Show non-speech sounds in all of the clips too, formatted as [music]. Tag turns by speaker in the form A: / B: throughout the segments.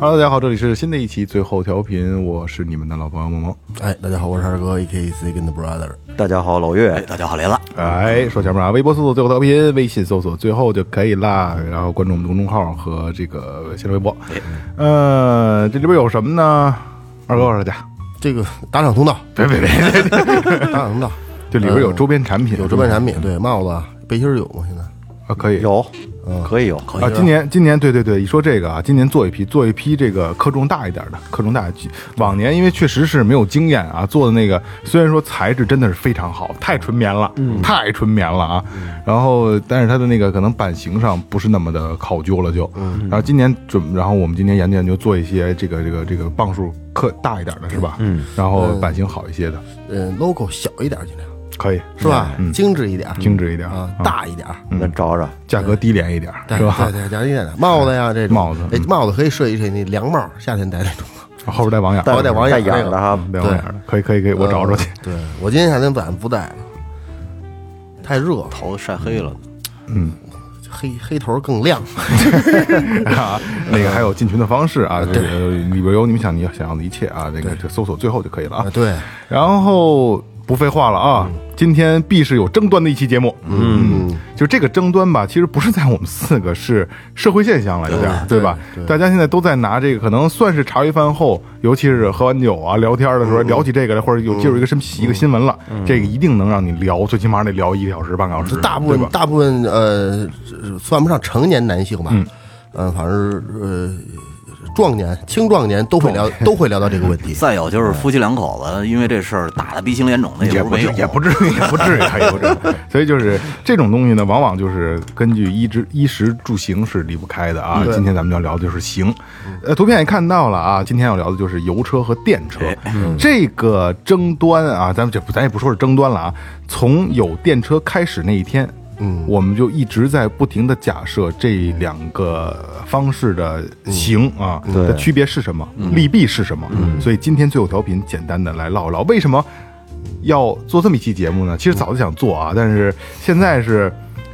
A: 哈喽，大家好，这里是新的一期最后调频，我是你们的老朋友萌萌。
B: 哎，大家好，我是二哥 A K C 跟
C: [laughs]
B: the brother。
D: 大家好，老
C: 哎，
D: 岳，
C: 大家好，雷子，
A: 哎，说前面啊，微博搜索最后调频，微信搜索最后就可以啦，然后关注我们的公众号和这个新浪微博。呃，这里边有什么呢？二哥告诉大家，
B: 这个打赏通
C: [laughs]
B: 道，
A: 别别 [laughs] 别，
B: 打赏通道，
A: 这里边有周边产品，
B: 有周边产品，对帽子、背心儿有吗？现在
A: 啊，可以
D: 有，哎可以哦有，
A: 啊，今年今年对对对，一说这个啊，今年做一批做一批这个克重大一点的，克重大。往年因为确实是没有经验啊，做的那个虽然说材质真的是非常好，太纯棉了，太纯棉了啊。然后但是它的那个可能版型上不是那么的考究了就。然后今年准，然后我们今年研究研究做一些这个这个这个磅数克大一点的是吧？嗯。然后版型好一些的，
B: 嗯，logo 小一点儿尽量，
A: 可以
B: 是吧？啊精致一点儿，
A: 嗯精致一点
B: 啊，大一点儿，
D: 咱找找。
A: 价格低廉一点
B: 对
A: 是吧
B: 对？对，讲一点儿帽子呀，这种
A: 帽子嗯
B: 哎，帽子可以设计设计那凉帽，夏天戴那
A: [laughs]
B: 种。
A: 后边带网眼儿，
B: 我得往
D: 带
B: 眼
D: 眼儿的哈，
A: 带网眼儿的，可以可以可以，我找找去。
B: 对我今天夏天晚上不戴了，太热了，
C: 头哦晒黑了，
B: 黑黑头更
A: [laughs]
B: 亮。
A: 啊，那 [laughs] 个还有进群的方式啊，这个里边有你们想你想要的一切啊，那个就搜索最后就可以了啊
B: 啊，。对，
A: 然后不废话了啊，今天必是有争端的一期节目。嗯，就这个争端吧，其实不是在我们四个，是社会现象了，有点儿嗯对吧？大家现在都在拿这个，可能算是茶余饭后，尤其是喝完酒啊、聊天的时候聊起这个来，或者有就有一个什么一个新闻了，这个一定能让你聊，最起码得聊一个小时、半个小时，
B: 大部分
A: 对吧
B: 大部分呃，呃算不上成年男性吧，
A: 嗯
B: 呃，反正是呃，壮年、青壮年都会聊，都会聊到这个问题。
C: 再有就是夫妻两口子
B: 嗯
C: 因为这事儿打的鼻青脸肿的，
A: 也
C: 不
A: 不
C: 是没有，
A: 也不至于，也
C: [laughs]
A: 不至于，也不至于。所以就是这种东西呢，往往就是根据衣食衣食住行是离不开的啊。今天咱们要聊的就是行，呃，图片也看到了啊。今天要聊的就是油车和电车
C: 哎
A: 这个争端啊，咱们这不咱也不说是争端了啊。从有电车开始那一天。嗯，我们就一直在不停的假设这两个方式的行啊，的区别是什么，
C: 嗯
A: 利弊是什么。所以今天最后调频简单的来唠一唠，为什么要做这么一期节目呢？其实早就想做
D: 嗯
A: 啊，但是现在是，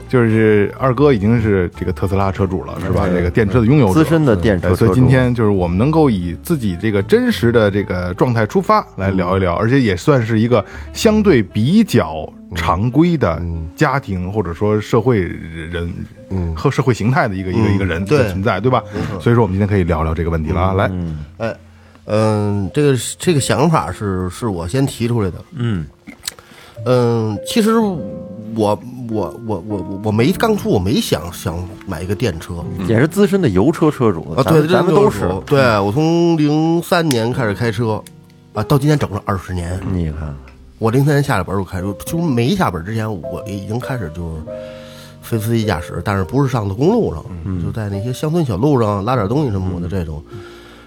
A: 就是二哥已经是这个特斯拉车主了，是吧？这个电车的拥有者
D: 嗯
A: 哎
D: 资深的电车
A: 对所以
D: 车主
A: 今天就是我们能够以自己这个真实的这个状态出发来聊一
D: 嗯
A: 聊，而且也算是一个相对比较常规的家庭或者说社会人
D: 嗯
A: 和社会形态的一个一个一个人
B: 对
A: 的存在，对吧？所以说我们今天可以聊聊这个问题了啊，来，
D: 嗯
B: 哎，嗯，这个这个想法是是我先提出来的。嗯嗯，其实我我我我我没当初我没想想买一个电车
D: 也是资深的油车车主
B: 啊，
D: 咱们
B: 对，
D: 咱们
B: 这
D: 都
B: 个
D: 是。嗯
B: 对我从零三年开始开车啊，到今天整整二十年。
D: 你看， [laughs]
B: 我零三年下了本儿我开始，就没下本儿之前，我已经开始就是非司机驾驶，但是不是上的公路上，
D: 嗯
B: 就在那些乡村小路上拉点东西什么的这种。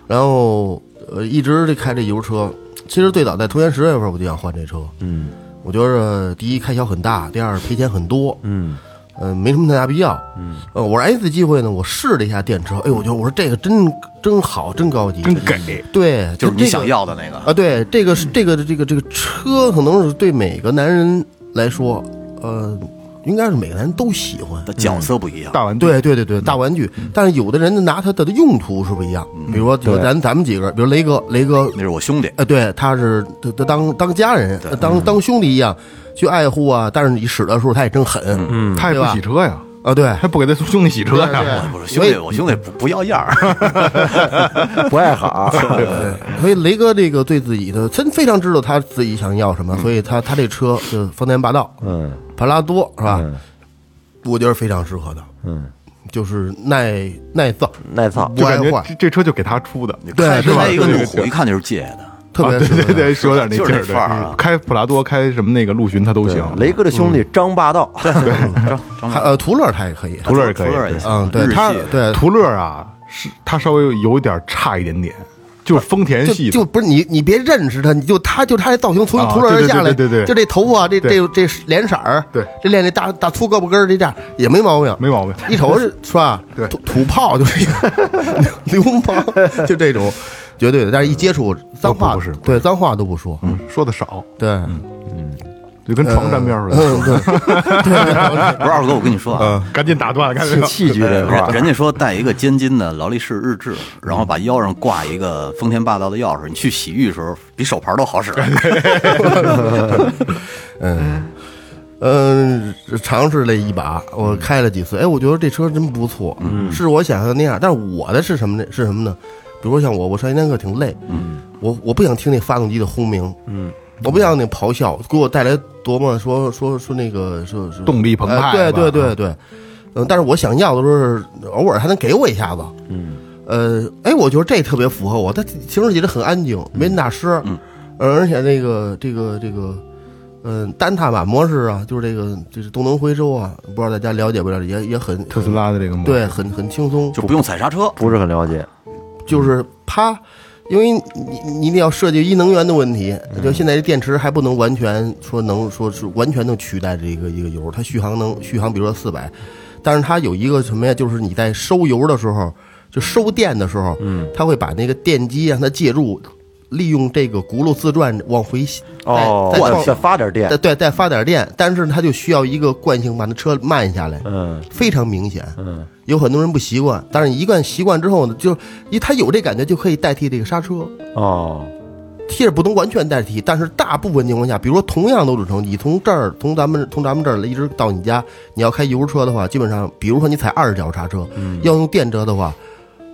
B: 然后呃，一直这开这油车。其实最早在头年十月份我就想换这车，
D: 嗯
B: 我觉着第一开销很大，第二赔钱很多，
D: 嗯，
B: 嗯、没什么太大必要。嗯，呃，我是一次机会呢，我试了一下电车，哎，我觉得我说这个真真好，真高级，
A: 真给，
B: 对，
C: 就是你
B: 这个
C: 想要的那个。
B: 啊，对，这个是这个这个这个车，可能是对每个男人来说，呃，应该是每个男人都喜欢。
C: 的角色不一样，
A: 大玩具
B: 对对对对，大玩具，但是有的人拿它的用途是不一样。比如说，比如
D: 对
B: 咱咱们几个，比如雷哥，雷哥，
C: 那是我兄弟，
B: 呃，对，他是他他当当家人，当当兄弟一样去爱护啊。但是你使的时候，他也真狠，嗯，
A: 他也不洗车呀，
B: 啊，对，
A: 他不给他兄弟洗车
D: 啊
B: 对对
A: 呀。
C: 我说兄弟，我兄弟不不要样儿，
D: 不爱 [laughs] 好，啊
B: 所以雷哥这个对自己的真非常知道他自己想要什么，所以他他这车就方天霸道，
D: 嗯，
B: 帕拉多是吧？我觉得非常适合的，
D: 嗯，
B: 就是耐耐造，
D: 耐操，
B: 不
A: 就
B: 爱
A: 感觉
B: 坏，
A: 这这车就给他出的，
B: [laughs] 对，是
C: 跟
B: 吧
C: 哎他？一个
A: 对
C: 路
A: 对
C: 虎，
A: 对
C: 一看就是借
B: [laughs]
C: 的。
B: 特别
A: 啊对
B: 适合
A: 对对，是有点那
C: 就是
A: 劲
C: 那
A: 儿，对
C: 范儿啊
A: 开普拉多，开什么那个陆巡，他都行。
D: 雷哥的兄弟张霸 [laughs] 道，
C: 张
B: 还呃，途乐他也可以，
A: 途乐也可以
C: 途乐也行
B: 嗯，对
C: 日
B: 他
C: 系
B: 对
A: 途乐啊，是他稍微有一点差一点点，就是丰田
B: 就
A: 系的，
B: 就不是你，你别认识他，你就他就他这造型从
A: 啊
B: 从这儿
A: 对对
B: 下来，
A: 对对对对
B: 就这头发，这这这脸色儿，
A: 对
B: 这练这大大粗胳膊根儿这样也没毛病，
A: 没毛病
B: 一瞅是是吧？
A: [laughs] 对
B: 土土炮就是
A: [laughs]
B: 一个流氓，就这种，绝对的。但是一接触脏话，
A: 不不是嗯不
B: 对脏话都不说，
A: 说的少，
B: 对，
A: 就跟床沾边儿似的。啊
C: 不是二哥，我跟你说
B: 嗯
C: 啊，
A: [laughs] 赶紧打断，赶紧
D: 器器具这块
C: 人
D: 儿，
C: 人家说戴一个尖金的劳力士日志，然后把腰上挂一个丰田霸道的钥匙，你去洗浴的时候比手牌都
B: [laughs]
C: 好使。
B: 啊嗯，尝试了一把，我开了几次，哎，我觉得这车真不错，嗯，是我想象的那样。但是我的是什么呢？是什么呢？比如说像我，我上一天课挺累，嗯，我我不想听那发动机的轰鸣，嗯，我不想那咆哮给我带来多么说说说那个说说
A: 动力澎湃
B: 哎
A: 是吧啊
B: 对对对对，嗯，但是我想要的时候，偶尔还能给我一下子，
A: 嗯
B: 呃，哎，我觉得这特别符合我，它行驶起来很安静，没那么大声，嗯，而且那个这个这个，嗯、单踏板模式啊，就是这个就是动能回收啊，不知道大家了解不了解，也也很
A: 特斯拉的这个模式
B: 对，很很轻松，
C: 就不用踩刹车，
D: 不是很了解。
B: 就是啪，因为你你一定要涉及一能源的问题，就现在这电池还不能完全说能说是完全能取代这个一个油，它续航能续航，比如说四百，但是它有一个什么呀，就是你在收油的时候，就收电的时候，嗯，它会把那个电机让它介入，利用这个轱辘自转往回吸
D: 哦，
B: 再再
D: 我
B: 创
D: 想发点电
B: 再，对再发点电，但是它就需要一个惯性把那车慢下来，
D: 嗯
B: 非常明显，
D: 嗯，
B: 有很多人不习惯，但是一旦习惯之后呢，就是一他有这感觉就可以代替这个刹车。
D: 哦，
B: 贴着不能完全代替，但是大部分情况下，比如说同样的路程，你从这儿从咱们从咱们这儿一直到你家，你要开油车的话，基本上，比如说你踩二十脚刹车，要用电车的话，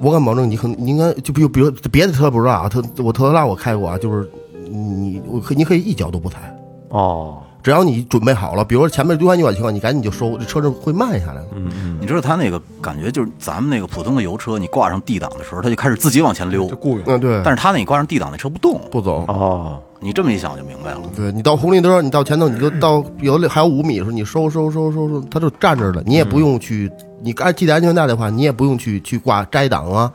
B: 我敢保证你可能你应该就比如比如别的车不知道啊，特我特斯拉我开过啊，就是你我可你可以一脚都不踩，
D: 哦，
B: 只要你准备好了，比如说前面多翻几款情况，你赶紧就收，这车就会慢下来了。
D: 嗯
C: 你知道他那个感觉就是咱们那个普通的油车，你挂上 D 档的时候，它就开始自己往前溜，
A: 雇佣
B: 嗯，对，
C: 但是他那你挂上 D 档，那车不动。
B: 不走。
D: 哦，
C: 你这么一想就明白了。
B: 对你到红绿灯，你到前头，你就到有还有五米的时候，你收收收收收，它就站这儿了，你也不用去，你按系安全带的话，你也不用去去挂摘档啊，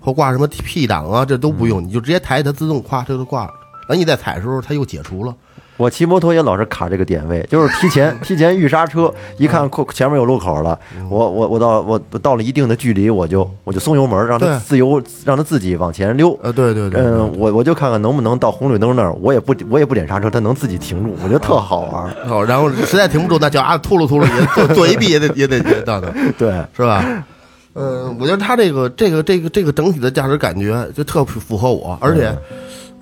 B: 或挂什么 P 档啊，这都不用，你就直接抬它自动咵，它就挂了。然后你再踩的时候，它又解除了。
D: 我骑摩托也老是卡这个点位， [laughs] 就是提前提前预刹车，一看
B: 嗯
D: 过前面有路口了，我我我到我到了一定的距离，我就我就松油门，让它
B: 对
D: 自由，让它自己往前溜。
B: 呃，对 [laughs] 对对，
D: 嗯，我我就看看能不能到红绿灯那儿，我也不我也不点刹车，它能自己停住，我觉得
B: 啊
D: 特好玩儿。
B: 好，哦然后实在停不住，那脚啊秃噜秃噜也做做一臂也得也得也得到那儿。
D: 对，
B: 是吧？ [laughs] 嗯，我觉得他这个这个这个这个整体的驾驶感觉就特符合我，而且，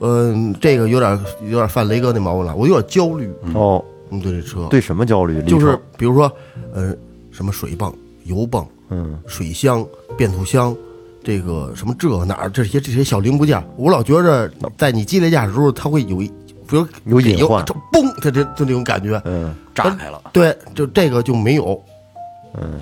B: 嗯，这个有点有点犯雷哥那毛病了，我有点焦虑。
D: 哦，
B: 嗯，对这车，
D: 对什么焦虑？
B: 就
D: 离
B: 是
D: 谱
B: 比如说，呃，什么水泵、油泵、
D: 嗯，
B: 水箱、变速箱，这个什么这哪儿这些这些小零部件，我老觉着在你激烈驾驶之后，它会有一，比如
D: 有隐患
B: 就嘣，它这就那种感觉，
D: 嗯，
C: 炸开了，
B: 对，就这个就没有，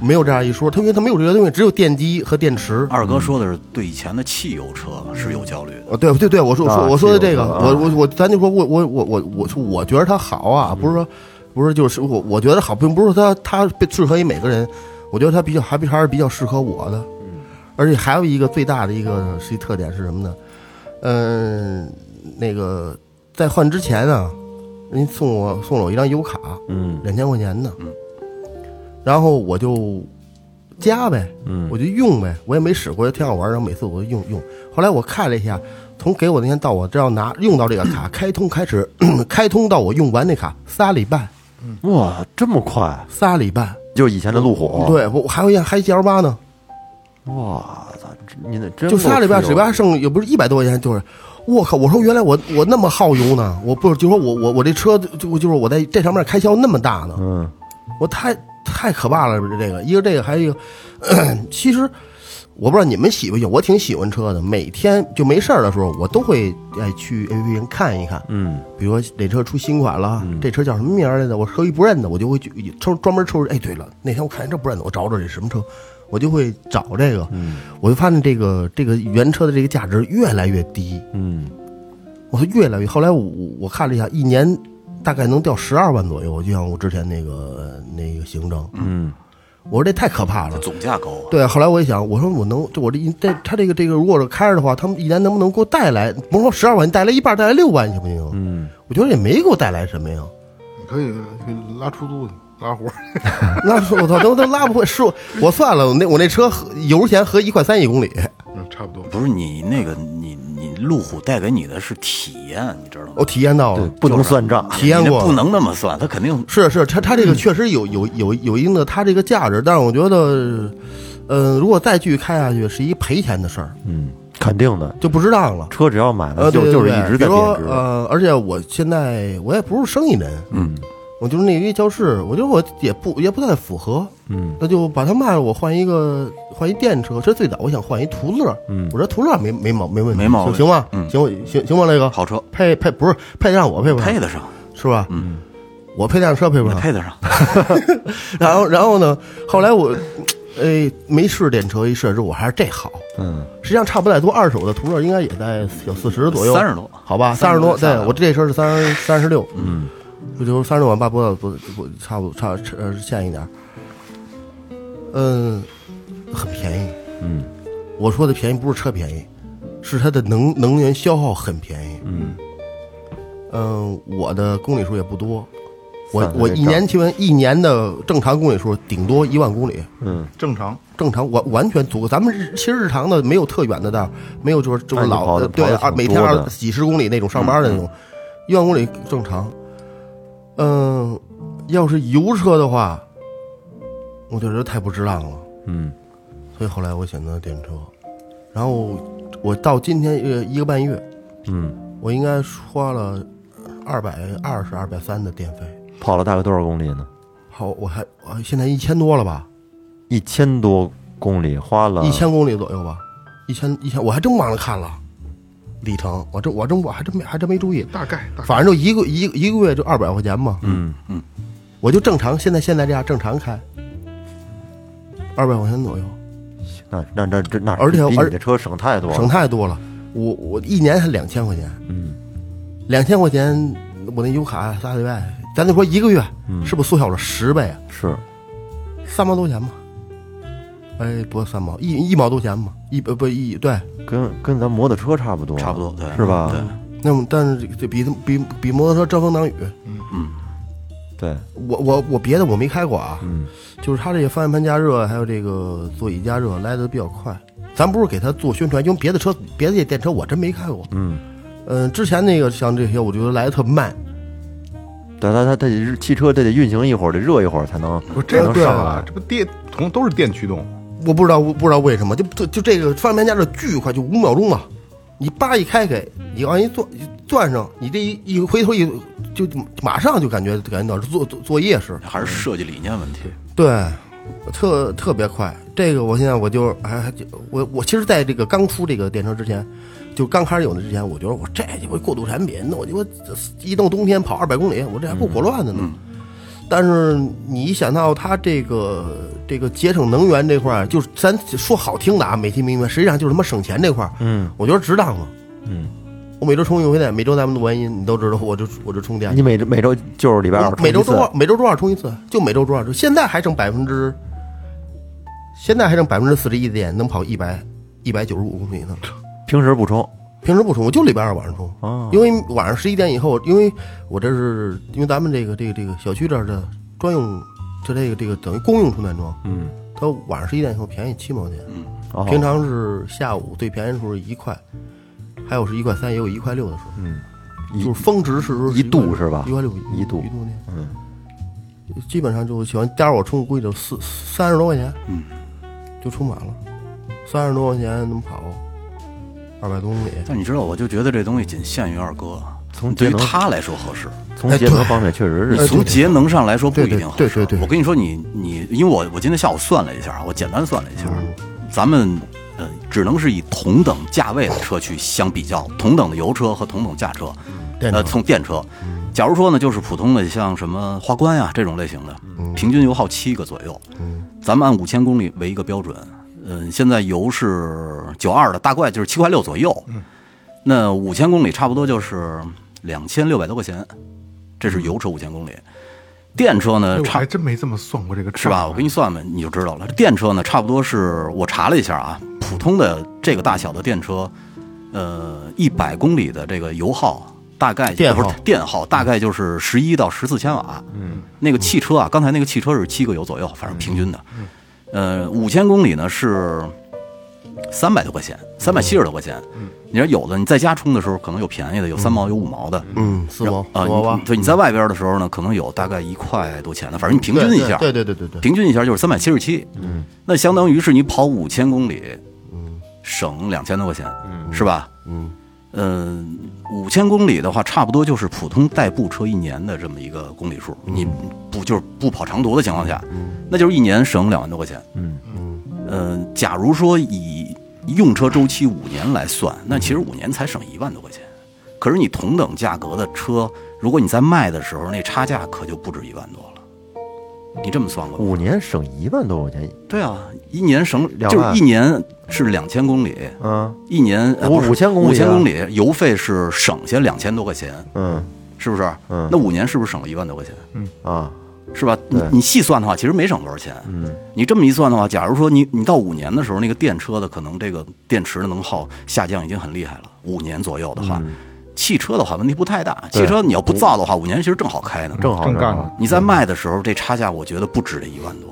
B: 没有这样一说，它因为它没有这些东西，只有电机和电池。
C: 二哥说的是对以前的汽油车是有焦虑的，
B: 啊，对对对，我说我
D: 啊
B: 说我说的这个，
D: 是有的啊
B: 我我我，咱就说我我我我我说我觉得它好啊，不是说不是就是我我觉得好，并不是说它它适合于每个人，我觉得它比较还比还是比较适合我的，
D: 嗯
B: 而且还有一个最大的一个是一特点是什么呢？嗯，那个在换之前啊，人家送我送了我一张油卡，
D: 嗯
B: 两千块钱呢，然后我就加呗，
D: 嗯
B: 我就用呗，我也没使过，挺好玩儿。然后每次我就用用。后来我看了一下，从给我那天到我这要拿用到这个卡开通开始， [clears throat] 开通到我用完那卡仨礼拜，嗯
D: 哇，这么快，
B: 仨礼拜。
D: 就是以前的路虎，，
B: 对我我还有一还 G L 八呢，
D: 哇操，这你那真
B: 就
D: 够
B: 仨礼拜，
D: 自
B: 水
D: 由
B: 吧还剩也不是一百多块钱，就是。我靠！我说原来我我那么耗油呢，我不是就说我我我这车就就是我在这上面开销那么大呢，
D: 嗯，
B: 我太太可怕了，这个一个这个，还有一个，其实我不知道你们喜不喜欢，我挺喜欢车的。每天就没事儿的时候，我都会哎去 A P P 上看一看，
D: 嗯，
B: 比如说哪车出新款了，这车叫什么名儿来着？我车一不认得，我就会去抽专门抽。哎，对了，那天我看见这不认得，我找找这什么车，我就会找这个，我就发现这个这个原车的这个价值越来越低，
D: 嗯，
B: 我说越来越。后来我我我看了一下，一年大概能掉十二万左右，就像我之前那个那个行程，嗯，我说这太可怕了。
C: 总价高啊，
B: 对，后来我一想，我说我能，就我这一这他这个这个，如果是开着的话，他们一年能不能给我带来，甭说十二万，你带来一半，带来六万行不行？嗯，我觉得也没给我带来什么呀。
A: 你可以去拉出租去，拉活儿。
B: 那我操，都都拉不回，是我我算了，我那我那车合油钱合一块三一公里，
A: 嗯，差不多。
C: 不是你那个你你路虎带给你的是体验，你知道吗？
B: 我体验到了，
D: 不能算账。
B: 哦体验
C: 你
B: 过
C: 那
B: 了，
C: 不能那么算，他肯定
B: 是是，它它这个确实有有有有一定的它这个价值，但是我觉得，呃，如果再继续开下去，是一赔钱的事儿，
D: 嗯，肯定的，
B: 就不值当了。
D: 车只要买了
B: 呃，对
D: 就
B: 对
D: 就是
B: 对
D: 一直
B: 比
D: 在
B: 如说
D: 贬值。
B: 呃，而且我现在我也不是生意人，嗯，我就是那一教室，我觉得我也不也不太符合，嗯，那就把它卖了，我换一个换一电车。这最早我想换一途乐，嗯，我说途乐没没毛没问题，
C: 没毛病
B: 行吧？
C: 嗯
B: 行我行行吧，那个
C: 好车
B: 配配不是配得上我配不上，
C: 配得上，
B: 是吧？嗯，我配辆车配不上，
C: 配得上。
B: 然后，然后呢？后来我，哎，没试电车，一试之后，我还是这好。
D: 嗯，
B: 实际上差不太多，二手的途乐应该也在有四十左右，
C: 30多
B: 好吧，三
C: 30
B: 十多。
C: 多
B: 对
C: 差不多
B: 我这车是三十三十六，嗯，不就三十六万八不到不不差不多差呃欠一点儿，嗯，很便宜，嗯，我说的便宜不是车便宜，是它的能能源消耗很便宜，嗯，嗯，我的公里数也不多。我
D: 算了
B: 我
D: 这
B: 一
D: 账
B: 年去问一年的正常公里数顶多一万公里，
D: 嗯
A: 正常，
B: 正常完完全足够。咱们日其实日常的没有特远的道，没有就是就
D: 那
B: 是
D: 你
B: 老
D: 跑得
B: 呃对
D: 跑得
B: 二
D: 挺
B: 每天
D: 多的嗯
B: 二几十公里那种上班的那种，一万公里正常。嗯、要是油车的话，我就觉得太不值当了。
D: 嗯，
B: 所以后来我选择电车，然后我到今天呃一个半月，嗯，我应该花了二百二十二百三的电费。
D: 跑了大概多少公里呢？
B: 好，我还我现在一千多了吧？
D: 一千多公里，花了
B: 一千公里左右吧，一千一千，我还真忘了看了里程，我这我真我还真没还真没注意，
A: 大概大概
B: 反正就一个一个一个月就二百块钱嘛，嗯嗯，我就正常现在现在这样正常开，二百块钱左右，
D: 那那那这那，
B: 而且
D: 比
B: 而
D: 你的车省太多了，
B: 省太多了，我我一年才两千块钱，嗯，两千块钱我那油卡仨礼拜，咱就说一个月，是不是缩小了十倍啊？
D: 是
B: 三毛多钱吧，哎，不是三毛，一一毛多钱吧，一呃不不一对。
D: 跟跟咱摩托车差不多，
C: 差不多对
D: 是吧？
B: 那么，但是这比比比摩托车遮风挡雨，
D: 对，嗯
B: 我我我别的我没开过啊，就是它这个方向盘加热，还有这个座椅加热来的比较快。咱不是给它做宣传，因为别的车别的电车我真没开过，嗯之前那个像这些，我觉得来的特慢，
D: 但它它它得汽车这得运行一会儿，得热一会儿才能
A: 不是
D: 才
A: 这
D: 能
A: 不
D: 上
A: 啊
D: 来，。
A: 这不电同都是电驱动，
B: 我不知道不知道为什么，就就就这个方向盘加热巨快，就五秒钟嘛，你叭一开开，你往一转转上，你这一一回头一就马上就感觉感觉到作作作业似的。
C: 还是设计理念问题。
B: 对，特特别快。这个我现在我就哎还还就我我其实在这个刚出这个电车之前，就刚开始有的之前，我觉得我这鸡巴过渡产品，那我鸡巴一到冬天跑二百公里，我这还不火乱的呢。但是你一想到它这个这个节省能源这块儿，就是咱说好听的啊，美其名曰，实际上就是什么省钱这块儿，嗯，我觉得值当了，嗯。我每周充一回电，每周咱们录完音，你都知道，我就我就充电去
D: 你每周每周就是礼拜二
B: 我
D: 充
B: 每周啊
D: 一次
B: 周二每周周二充一次，就每周周二充。现在还剩百分之，现在还剩百分之四十一的电，能跑一百一百九十五公里呢。
D: 平时不充，
B: 平时不充，我就礼拜二晚上充，
D: 哦
B: 因为晚上十一点以后，因为我这是因为咱们这个这个这个小区这儿的专用，就这个这个等于公用充电桩，嗯，它晚上十一点以后便宜七毛钱，
D: 哦
B: 平常是下午最便宜的时候是一块，还有是一块三，也有一块六的时候，嗯，
D: 一
B: 就是峰值是
D: 一度是吧
B: 一块六
D: 一度
B: 一度电，嗯，基本上就喜欢，待会儿我充估计就四三十多块钱，嗯，就充满了，三十多块钱能跑二百多公里，
C: 但你知道，我就觉得这东西仅限于二哥，啊
D: 从
C: 对于
D: 节能
C: 他来说合适。
D: 从
B: 哎
D: 节能
B: 呃对
D: 方面确实
C: 你
D: 是
C: 从节能上来说不
B: 对
C: 一
B: 对
C: 定合适。
B: 对对对
C: 我跟你说你，你因为我我今天下午算了一下啊，我简单算了一下，
B: 嗯
C: 咱们呃只能是以同等价位的车去相比较，同等的油车和同等价车，
B: 电
C: 呃，
B: 车
C: 从电车。假如说呢，就是普通的像什么花冠呀、这种类型的，
B: 嗯
C: 平均油耗七个左右，咱们按五千公里为一个标准。嗯，现在油是九二的，大概就是七块六左右。那五千公里差不多就是两千六百多块钱，这是油车五千公里。电车呢
A: 哎我
C: 呃差
A: 还真没这么算过这个
C: 是
A: 账
B: 啊
C: 吧？我给你算算，你就知道了。这电车呢，差不多是我查了一下啊，普通的这个大小的电车，呃，一百公里的这个油耗大概
B: 电
C: 呃不
B: 耗
C: 是电耗，大概就是十一到十四千瓦。嗯，那个汽车啊，刚才那个汽车是七个油左右，反正平均的。
B: 嗯
C: 呃，五千公里呢是三百多块钱，三百七十多块钱。
B: 嗯
C: 你说有的你在家充的时候可能有便宜的，有三毛有五毛的。
B: 嗯，四毛，
C: 啊，
B: 四毛八
C: 你，对，你在外边的时候呢，可能有大概一块多钱的，反正你平均一下，
B: 对对对对对对，
C: 平均一下就是三百七十七，嗯，那相当于是你跑五千公里，省两千多块钱，嗯，是吧？
B: 嗯，
C: 嗯，五千公里的话，差不多就是普通代步车一年的这么一个公里数，你不就是不跑长途的情况下，那就是一年省两万多块钱，嗯嗯，呃，假如说以用车周期五年来算，那其实五年才省一万多块钱。可是你同等价格的车，如果你在卖的时候，那差价可就不止一万多了。你这么算过吗？
D: 五年省一万多块钱，
C: 对啊，一年省
D: 两
C: 就
D: 万
C: 是一年是两千公里，
D: 嗯
C: 一年呃
D: 五
C: 不是
D: 五千公里啊
C: 五千公里油费是省下两千多块钱，
D: 嗯
C: 是不是？
D: 嗯
C: 那五年是不是省了一万多块钱？
D: 啊，
C: 是吧？你
D: 对
C: 你细算的话，其实没省多少钱。
D: 嗯，
C: 你这么一算的话，假如说你你到五年的时候，那个电车的可能这个电池的能耗下降已经很厉害了，五年左右的话，汽车的话问题不太大。
D: 嗯对
C: 汽车你要不造的话，五年其实正好开呢。
D: 正好
A: 正干
D: 好
A: 着
C: 你在卖的时候，这差价我觉得不止这一万多。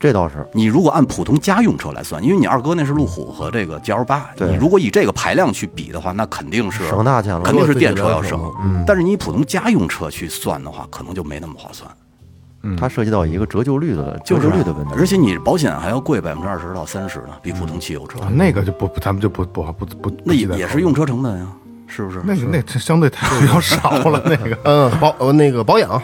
D: 这倒是，
C: 你如果按普通家用车来算，因为你二哥那是路虎和这个 G L 八，
D: 对
C: 你如果以这个排量去比的话，那肯定是
D: 省大钱了
C: 肯定是电车要省
B: 做自己的。
D: 嗯
C: 但是你以普通家用车去算的话，可能就没那么划算，
D: 它涉及到一个折旧率的
C: 嗯就
D: 折旧
C: 是啊
D: 率的问题，
C: 而且你保险还要贵百分之二十到三十呢，比普通汽油车
D: 嗯
A: 啊，，那个就不不，咱们就不不不不，不
C: 那也
A: 记得
C: 也是
A: 了
C: 用车成本啊，是不是？
A: 那个那这相对太比较少了，那个 [laughs]
B: 嗯，保呃那个保养，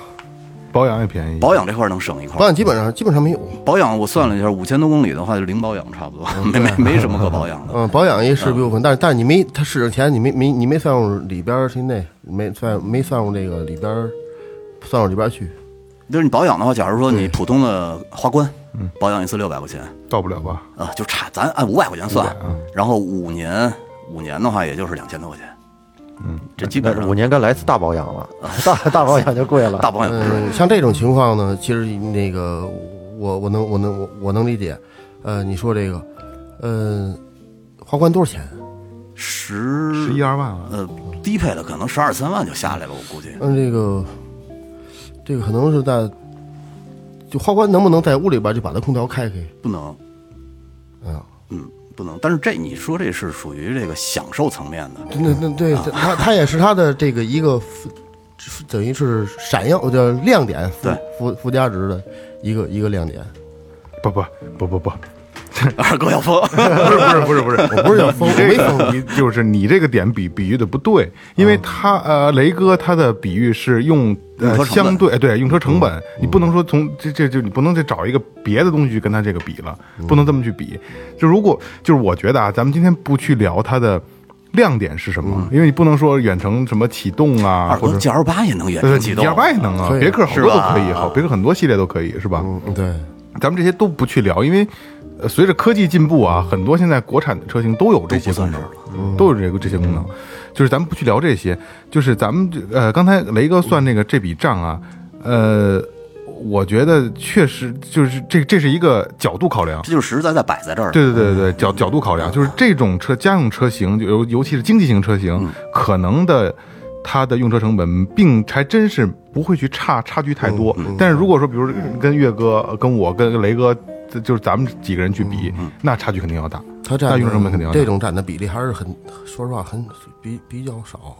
A: 保养也便宜，
C: 保养这块能省一块
B: 保。养基本上基本上没有，
C: 保养我算了一下，五千多公里的话就零保养差不多，
D: 嗯
C: 没没没什么可保
D: [laughs]
C: 养的。
B: 嗯，保养也是部分，但是但是你没，它市场钱你没没你没算入里边儿去内，没算没算入这个里边儿，算入里边儿去，
C: 就是你保养的话，假如说你普通的花冠，
D: 嗯
C: 保养一次六百块钱，
A: 到不了吧？
C: 啊，就差咱按五百块钱算，
A: 500嗯
C: 然后五年五年的话，也就是两千多块钱。嗯，这基本
D: 那
C: 上
D: 五年该来一次大保养了，大大保养就贵了，
C: [laughs] 大保养不是。
B: 嗯，像这种情况呢，其实那个我我能我能我我能理解，呃，你说这个，呃，花冠多少钱？
C: 十
A: 十一二万了，
C: 呃低配的可能十二三万就下来了，我估计。
B: 嗯，这个这个可能是在就花冠能不能在屋里边就把它空调开开？
C: 不能，
B: 嗯，
C: 嗯，不能。但是这你说这是属于这个享受层面的，
B: 那那对它它也是它的这个一个附等于是闪耀叫亮点附
C: 对
B: 附附加值的一个一个亮点。
A: 不不不不不，
C: 二哥要疯。
A: 不是不是不是不是， [laughs] 我
B: 不是要疯
A: 你这
B: 我没
A: 个你就是你这个点比比喻的不对，因为他呃雷哥他的比喻是用
C: 用车成
A: 呃
C: 本
A: 相对哎对用车成本，你不能说从这这就你不能再找一个别的东西去跟他这个比了，不能这么去比。就如果就是我觉得啊，咱们今天不去聊它的亮点是什么，因为你不能说远程什么启动啊
C: 二
A: 或
C: 哥
A: 者。
C: G L 八也能远
A: 呃
C: 程启动，
A: ，G 八也能啊
B: 可，以
A: 别克好多
C: 是
A: 都
C: 吧
A: 可以，好，别克很多系列都可以，是吧？
B: 嗯，对，
A: 咱们这些都不去聊，因为呃，随着科技进步啊，很多现在国产的车型都有这些功能，都有这个这些功能。就是咱们不去聊这些，就是咱们这呃，刚才雷哥算这个这笔账啊，呃，我觉得确实就是这这是一个角度考量。
C: 这就是实实在在摆在这儿。
A: 对对对对，角角度考量，就是这种车家用车型，就尤尤其是经济型车
B: 嗯
A: 型，可能的它的用车成本并还真是不会去差差距太多。
B: 嗯
A: 但是如果说，比如跟岳哥、呃跟我、跟雷哥，这就是咱们几个人去比，
B: 嗯
A: 那差距肯定要大。
B: 它占
A: 那
B: 的
A: 用成本肯定要大
B: 这种占的比例还是很，说实话很比比较少。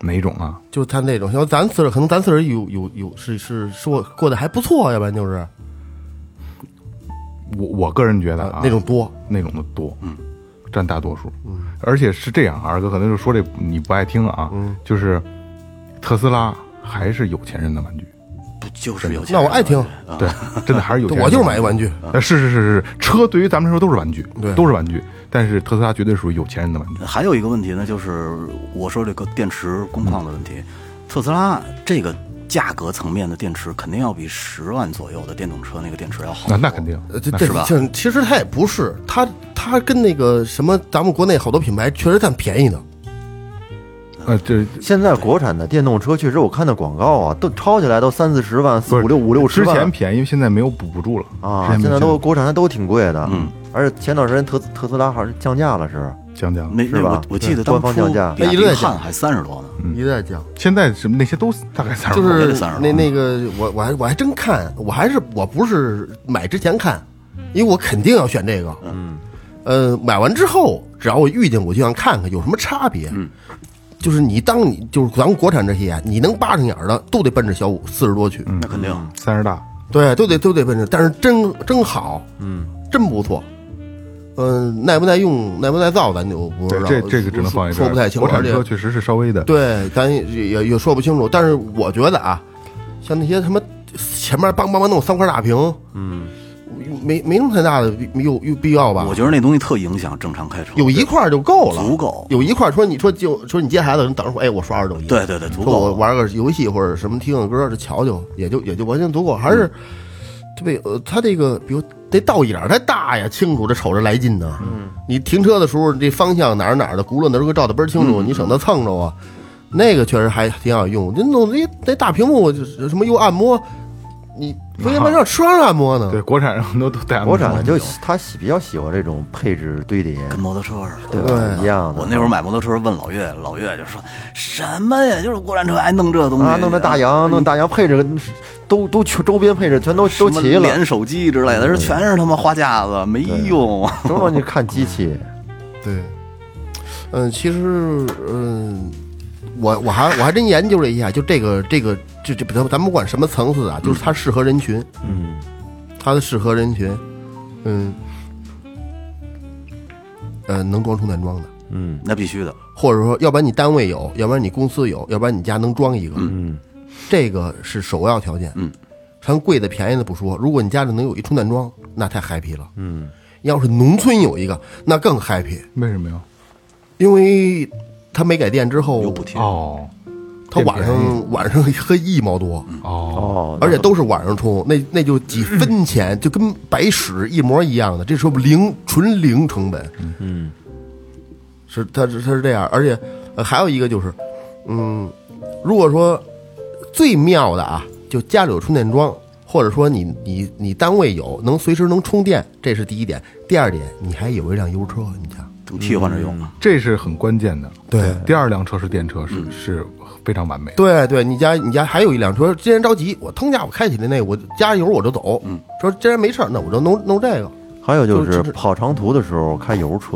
A: 哪种啊？
B: 就他那种，像咱四人，可能咱四人有有有是是说过得还不错，要不然就是、
A: 我我个人觉得
B: 呃
A: 啊，
B: 那种多。
A: 那种的多，嗯，占大多数，嗯，而且是这样啊，二哥可能就说这你不爱听啊，嗯，就是特斯拉还是有钱人的玩具，
C: 不就是有钱
B: 那
C: 人
B: 我
C: 吗？
B: 爱听，
A: 对，真的还是有钱人的玩具。
B: 我就是买一玩具。
C: 嗯
A: 呃，是是是是，车对于咱们来说都是玩具，
B: 对
A: 都是玩具。但是特斯拉绝对属于有钱人的玩具。
C: 还有一个问题呢，就是我说这个电池工况的问题，特斯拉这个价格层面的电池肯定要比十万左右的电动车那个电池要好
A: 那。那肯定，
B: 呃，这
A: 那
B: 这
C: 吧
B: 这其实它也不是，它它跟那个什么，咱们国内好多品牌确实占便宜的。
C: 的。
A: 呃，这
D: 现在国产的电动车确实，我看那广告啊，都超起来都三四十万、四
A: 不是
D: 五六五六十
A: 之
D: 万。
A: 前便宜，现在没有补助了
D: 啊，
A: 之前没
D: 现在
A: 有
D: 都国产的都挺贵的，
C: 嗯，
D: 而且前段时间特斯特斯拉好像降价了，是
A: 讲讲，
C: 那那
D: 是吧
C: 我我记得
D: 对
C: 当
D: 官方
C: 初
D: 降价
C: 比亚
B: 那一直在
C: 迪
B: 降
C: 汉还三十多呢。
B: 一直在讲，
A: 现在什么那些都大概三十
B: 就
A: 多，
B: 是
C: 也得32
B: 那那个我我还我还真看，我还是我不是买之前看，因为我肯定要选这个，嗯，呃，买完之后只要我遇见我就想看看有什么差别，嗯。就是你，当你就是咱们国产这些啊，你能巴上眼儿的都得奔着小五四十多去，
C: 那肯
D: 嗯
C: 定，
A: 三十大，
B: 对，都得都得奔着，但是真真好，嗯，真不错，嗯、耐不耐用、耐不耐造，咱就不
A: 对
B: 知道，，
A: 这这个只能放一边
B: 说不太清楚，
A: 国产
B: 而且
A: 车确实是稍微的，
B: 对，咱也也也说不清楚。但是我觉得啊，像那些什么前面梆梆梆弄三块大屏，嗯，没没那么太大的必有有必要吧
C: 我？觉得那东西特影响正常开车。
B: 有一块就够了，
C: 足够
B: 有一块说你说就说你接孩子，你等着说，哎，我刷刷抖音，
C: 对对对，足
B: 说我
C: 够。
B: 玩个游戏或者什么听个歌，就瞧瞧，也就也就完全足够，还是特别呃，它这个比如这倒影儿它大呀，清楚，这瞅着来劲呢。嗯，你停车的时候这方向哪儿哪儿的轱辘哪儿都照的倍儿清楚，你省得蹭着啊。那个确实还挺好用，那弄那那大屏幕就是什么又按摩，你为什么让车上按摩呢？
A: 对，国产人都都带
D: 国产的就他喜比较喜欢这种配置堆叠，
C: 跟摩托车似的，
D: 对吧？一样的。
C: 我那会儿买摩托车问老岳，老岳就说什么呀，就是国产车还弄这东西，
D: 啊，弄那大洋，弄大洋配置都都全周边配置全都
C: 什
D: 都
C: 么
D: 齐了，嗯
C: 连手机之类的，这全是他妈花架子，没用。
D: 都让你看机器。
B: 对，嗯，其实，嗯，我我还我还真研究了一下，就这个这个就这咱们咱们不管什么层次的啊，就是它适合人群，嗯，它的适合人群，嗯，呃，能装充电桩的，
D: 嗯，
C: 那必须的，
B: 或者说，要不然你单位有，要不然你公司有，要不然你家能装一个，嗯，这个是首要条件，嗯，咱贵的便宜的不说，如果你家里能有一充电桩，那太 happy 了，嗯，要是农村有一个，那更 happy。
A: 为什么呀？
B: 因为他没改电之后，
C: 有补贴。
A: 哦
B: 他
A: 电
B: 晚
A: 便
B: 上晚上喝一毛多，
A: 哦，
D: 哦，
B: 而且都是晚上充，那那就几分钱，就跟白使一模一样的，这是零纯零成本。嗯，是他是他是这样，而且、呃还有一个就是，嗯，如果说最妙的啊，就家里有充电桩。或者说你你你单位有能随时能充电，这是第一点。第二点，你还有一辆油车，你家
C: 等替换着用
D: 嗯
C: 啊。
A: 这是很关键的。
B: 对嗯
A: 第二辆车是电车，是是非常完美的。
B: 对对，你家你家还有一辆车，既然着急，我腾家我开起来那个，我加油我就走。嗯，说既然没事儿，那我就弄弄这个。
D: 还有就
B: 就是就是
D: 跑长途的时候开油车，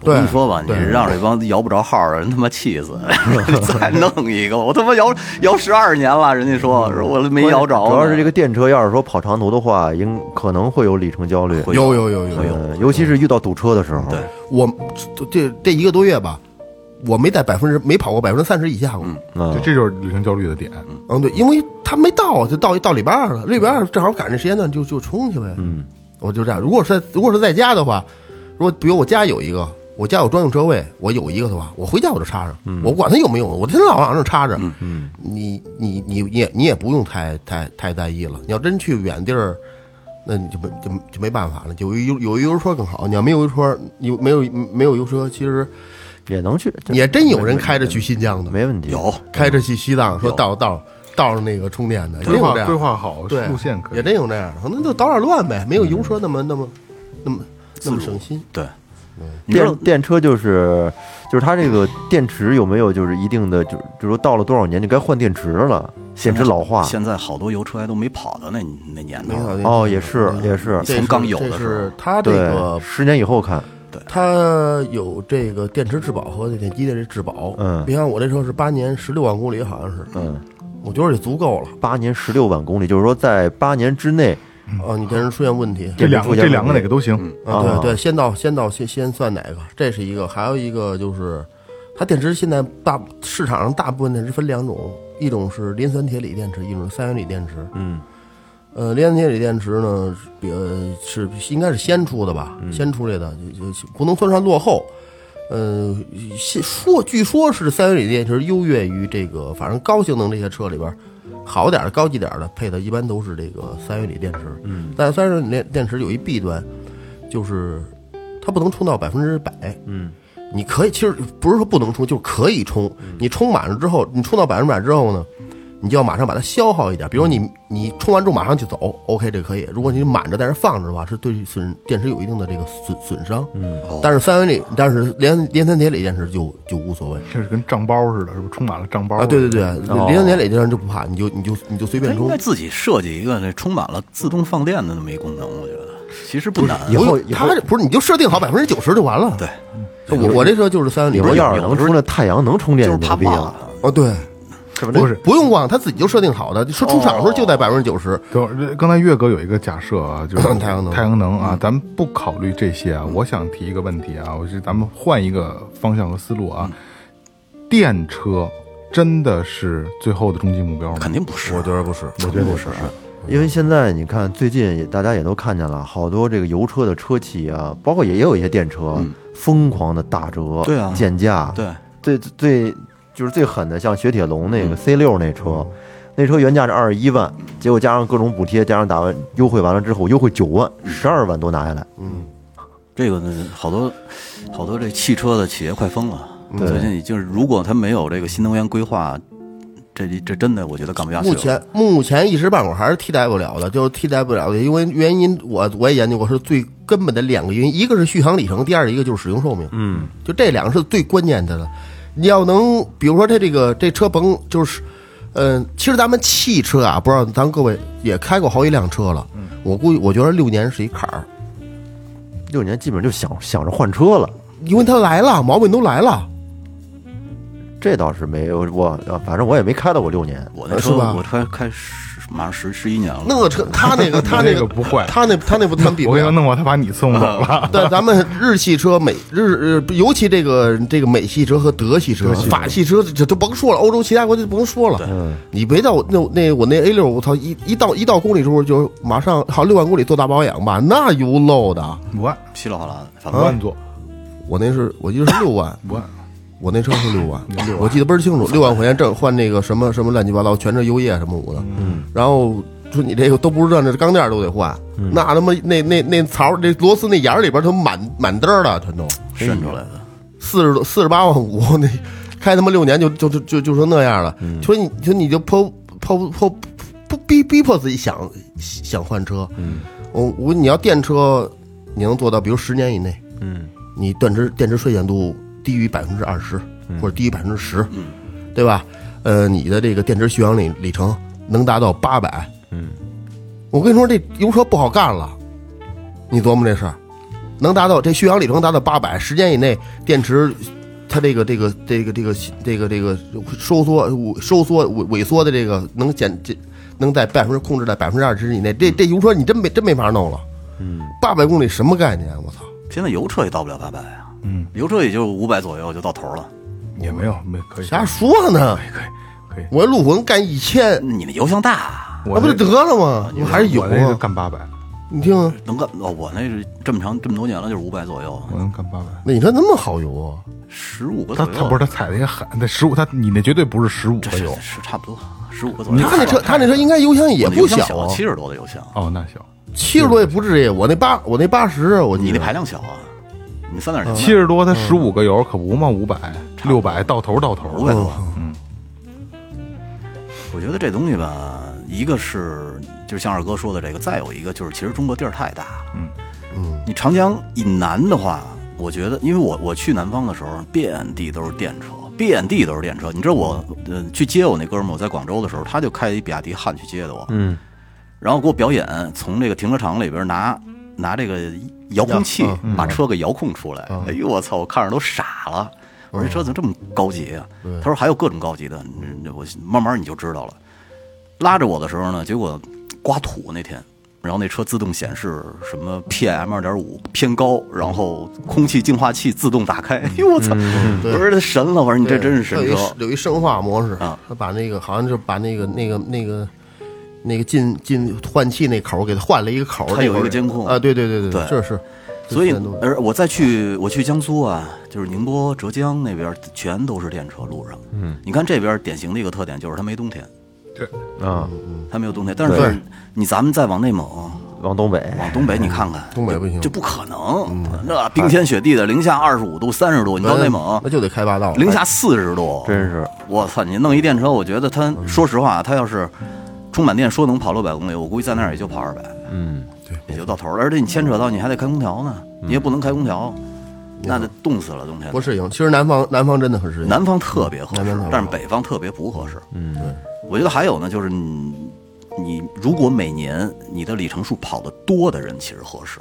C: 我跟你
B: 对
C: 说吧，你
B: 对
C: 让这帮摇不着号的人他妈气死，
D: [laughs]
C: 再弄一个，我他妈摇摇十二年了，人家说说我没摇着呢，
D: 嗯主要是这个电车，要是说跑长途的话，应可能会有里程焦虑，
C: 会
B: 有有有有有，
D: 呃，尤其是遇到堵车的时候。
C: 对
B: 我这这这一个多月吧，我没在百分之没跑过百分之三十以下过。
D: 嗯
A: 就这就是旅行焦虑的点，
B: 嗯，对，因为他没到，啊就到到礼拜二了，礼拜二
D: 嗯
B: 正好赶上时间段就就冲去呗。嗯，我就这样。如果是在如果是在家的话，如果比如我家有一个，我家有专用车位，我有一个的话，我回家我就插上，
D: 嗯
B: 我管它有没有，我真老往上插着。嗯嗯，你你你你也你也不用太太太在意了。你要真去远地儿。那你就没就就没办法了，有一有有一油车更好。你要没有油车，有没有没有油车，其实
D: 也能去，这
B: 也真有人开着去新疆的，
D: 没问题。
C: 有
B: 开着去西藏，说到到到那个充电的，也
A: 规
B: 有
A: 划
B: 哎这样
A: 规划好
B: 对
A: 路线可
B: 也
A: 以。
B: 真有这样的，可能就捣点乱呗，没有
C: 嗯
B: 油车那么那么那么那么省心。
C: 对，你知道
D: 电电车就是就是它这个电池有没有就是一定的，就就说到了多少年就该换电池了，电池老化。
C: 现在好多油车还都没跑到那那年头
B: 没，有
D: 哦，也是
C: 嗯
D: 也是，
B: 嗯这
C: 从刚有的
B: 这
C: 时候
B: 是它这
D: 对
B: 个，
D: 十年以后看，
B: 它有这个电池质保和电机的这质保。
D: 嗯
B: 你看我这车是八年十六万公里，好像是，
D: 嗯，
B: 我觉得也足够了。
D: 八年十六万公里，就是说在八年之内，
B: 哦，你电池出现问题，
A: 这两个这两个哪个都行，
B: 啊，
D: 啊
B: 对对，先到先到先先算哪个？这是一个，还有一个就是，它电池现在大市场上大部分电池分两种，一种是磷酸铁锂电池，一种是三元锂电池。
D: 嗯
B: 呃，磷酸铁锂电池呢，是比呃是应该是先出的吧，先出来的，就就不能算上落后。呃，现说据说是三元锂电池优越于这个，反正高性能这些车里边儿，好点儿的、高级点儿的配的，一般都是这个三元锂电池。嗯，但是三元锂电池有一弊端，就是它不能充到百分之百。
D: 嗯，
B: 你可以，其实不是说不能充，就是可以充。你充满了之后，你充到百分之百之后呢，你就要马上把它消耗一点。比如你你充完之后马上就走，OK，这可以。如果你满着在这放着的话，是对损电池有一定的这个损损伤。嗯，但是三元锂，但是连连三铁锂电池就就无所谓
A: 这是跟账包似的，是不是充满了账包
B: 啊。对对对，连三铁锂电池就不怕，你就你就你就随
C: 它
B: 便
C: 应
B: 充
C: 该。自己设计一个那充满了自动放电的那么一功能，我觉得其实不难。
D: 以后
B: 不用
D: 以后
B: 它这不是你就设定好百分之九十就完了。
C: 对，
B: 我我这车就是三元
D: 以
B: 锂，
D: 后要是能充这太阳能充电
C: 就是
D: 就
C: 怕
D: 牛逼
C: 忘
D: 了。
C: 了。
B: 啊，对，
D: 是不
A: 不是
B: 不用逛，他自己就设定好的，说出厂的时候就在百分之九十。
A: 等会儿刚才岳哥有一个假设啊，就是
B: [coughs] 太阳能嗯
A: 太阳能啊，咱们不考虑这些啊。我想提一个问题啊，我觉得咱们换一个方向和思路啊。
B: 嗯
A: 电车真的是最后的终极目标吗？
C: 肯定不是，
B: 我觉得不是，我觉得不是。
D: 因为现在你看，最近也大家也都看见了，好多这个油车的车企啊，包括也也有一些电车，疯狂的打折，
C: 嗯对啊
D: 减价，
C: 对，
D: 最最就是最狠的，像雪铁龙
C: 嗯
D: 那个 C 六那车，那车原价是二十一万，结果加上各种补贴，加上打完优惠完了之后，优惠九万，
C: 嗯
D: 十二万多拿下来，
C: 这个呢，好多好多这汽车的企业快疯啊了。
D: 对
C: 最近已经是，如果它没有这个新能源规划，这这真的我觉得干不下去了。
B: 目前目前一时半会儿还是替代不了的，就是替代不了的，因为原因我我也研究过，是最根本的两个原因，一个是续航里程，第二一个就是使用寿命。嗯，就这两个是最关键的了。你要能，比如说它这个这车甭就是，嗯、其实咱们汽车啊，不知道咱各位也开过好几辆车了，我估计我觉得六年是一坎儿，
D: 六年基本就想想着换车了。
B: 因为它来了，毛病都来了。
D: 这倒是没有，我啊反正我也没开到过六年，
C: 我那
B: 呃
C: 车
B: 是吧
C: 我开开十马上十十一年了。
B: 那个车，他那个，他
A: 你
B: 那
A: 这
B: [laughs] 个
A: 个不坏
B: 他那他啊那不咱比
A: 我
B: 不
A: 给他
B: 了。
A: 弄好，他把你送走了。
B: 对，咱们日系车、美日，呃尤其这个这个美系车和德系车、法系车，这都甭说了，欧洲其他国家就甭说了。你别到我那那我那 A 六，我操，一一到一到公里数就马上好六万公里做大保养吧，那油漏的。
A: 五万，
C: 稀里哗啦的，反
B: 啊
A: 五
C: 正
A: 万做，
B: 我那是我记得是六万，
A: 五万。
B: 我那车是六万，我记得倍儿清楚，六万块钱挣换那个什么什么乱七八糟，全车油液什么五的，然后说你这个都不知道，那钢链都得换，那他妈那那那槽那螺丝那眼儿里边儿都满满嘚儿了，全都
C: 渗出来
B: 哎
C: 的。
B: 四十多四十八万五，那开他妈六年就就就就就成那样了，说你说你就迫迫迫不逼逼迫自己想想换车，我我你要电车，你能做到，比如十年以内，你电池电池衰减度低于百分之二十或者低于百分之十，对吧？呃，你的这个电池续航里里程能达到八百，嗯，我跟你说这油车不好干了，你琢磨这事儿，能达到这续航里程达到八百，时间以内电池。它这个这个这个这个这个这个收缩收缩萎萎缩的这个能减这能在百分之控制在百分之二十以内，这这油车你真没真没法弄了。嗯，八百公里什么概念？我操！
C: 现在油车也到不了八百啊，嗯，油车也就五百左右就到头了。
A: 也没有，没可以，
B: 瞎说呢！
A: 可以可以。
B: 我这路虎能干一千，
C: 你那油箱大啊，
B: 那不就得了吗？我还是有
A: 我那个
B: 啊！
A: 干八百，
B: 你听啊，
C: 能干哦，我那是这么长这么多年了，就是五百左右，
A: 我能干八百。
B: 那你看那么好油啊，
C: 十五个
A: 他
C: 左右。
A: 他不是他踩的也狠，那十五他你那绝对不是十五
C: 这
A: 个
C: 是
A: 油
C: 是差不多十五个左右。
B: 他那车他那车应该油箱也不小啊，
C: 七十多的油箱，
A: 哦，那行。
B: 七十多也不至于。我那八我那八十，我记
C: 你
B: 得
C: 那排量小啊，你三
B: 嗯
C: 点零
A: 七十多，他十五个油可不嘛，五百、六百到头到
C: 五
A: 头
C: 百
A: 的。
C: 多，嗯。我觉得这东西吧，一个是就是像二哥说的这个，再有一个就是其实中国地儿太大了，嗯嗯，你长江以南的话，我觉得因为我我去南方的时候，遍地都是电车。遍地都是电车，你知道我，呃，去接我那哥们儿，我在广州的时候，他就开一比亚迪汉去接的我，嗯，然后给我表演从这个停车场里边拿拿这个遥控器
B: 遥
C: 把车给遥控出来，哎呦我操，我看着都傻了，我说这车怎么这么高级啊？他说还有各种高级的，你我慢慢你就知道了。拉着我的时候呢，结果刮土那天，然后那车自动显示什么 PM 二点五偏高，然后空气净化器自动打开，哎呦我操，我说这神了，我说你嗯这真是
B: 有
C: 神
B: 一
C: 车，
B: 有一生化模式
C: 啊，
B: 他把那个好像就把那个那个那个那个进进换气那口给它换了一个口，
C: 它有一个监控
B: 啊，对对对
C: 对
B: 这是
C: 所以
B: 这全都
C: 而我再去我去江苏啊，就是宁波、浙江那边全都是电车路上，嗯，你看这边典型的一个特点就是它没冬天，
A: 对，
D: 啊，
C: 它没有冬天，但是你咱们再往内蒙，
D: 往东北，
C: 往东北你看看，
B: 东北不行
C: 这不可能，那冰天雪地的，零下二十五度、三十度，你到内蒙
B: 哎那就得开霸道，
C: 零下四十度，
D: 真是
C: 我操！你弄一电车，我觉得他
B: 嗯
C: 说实话，他要是充满电，说能跑六百公里，我估计在那儿也就跑二百，
D: 嗯，
C: 也就到头了。而且你牵扯到你还得开空调呢，你也不能开空调，那得冻死了冬天。
B: 嗯哎不适应。其实南方南方真的很适应，
C: 南方特别合
B: 南方
C: 适
B: 特别，
C: 但是北方特别不合适。
D: 嗯，
C: 我觉得还有呢，就是你你如果每年你的里程数跑得多的人，其实合适。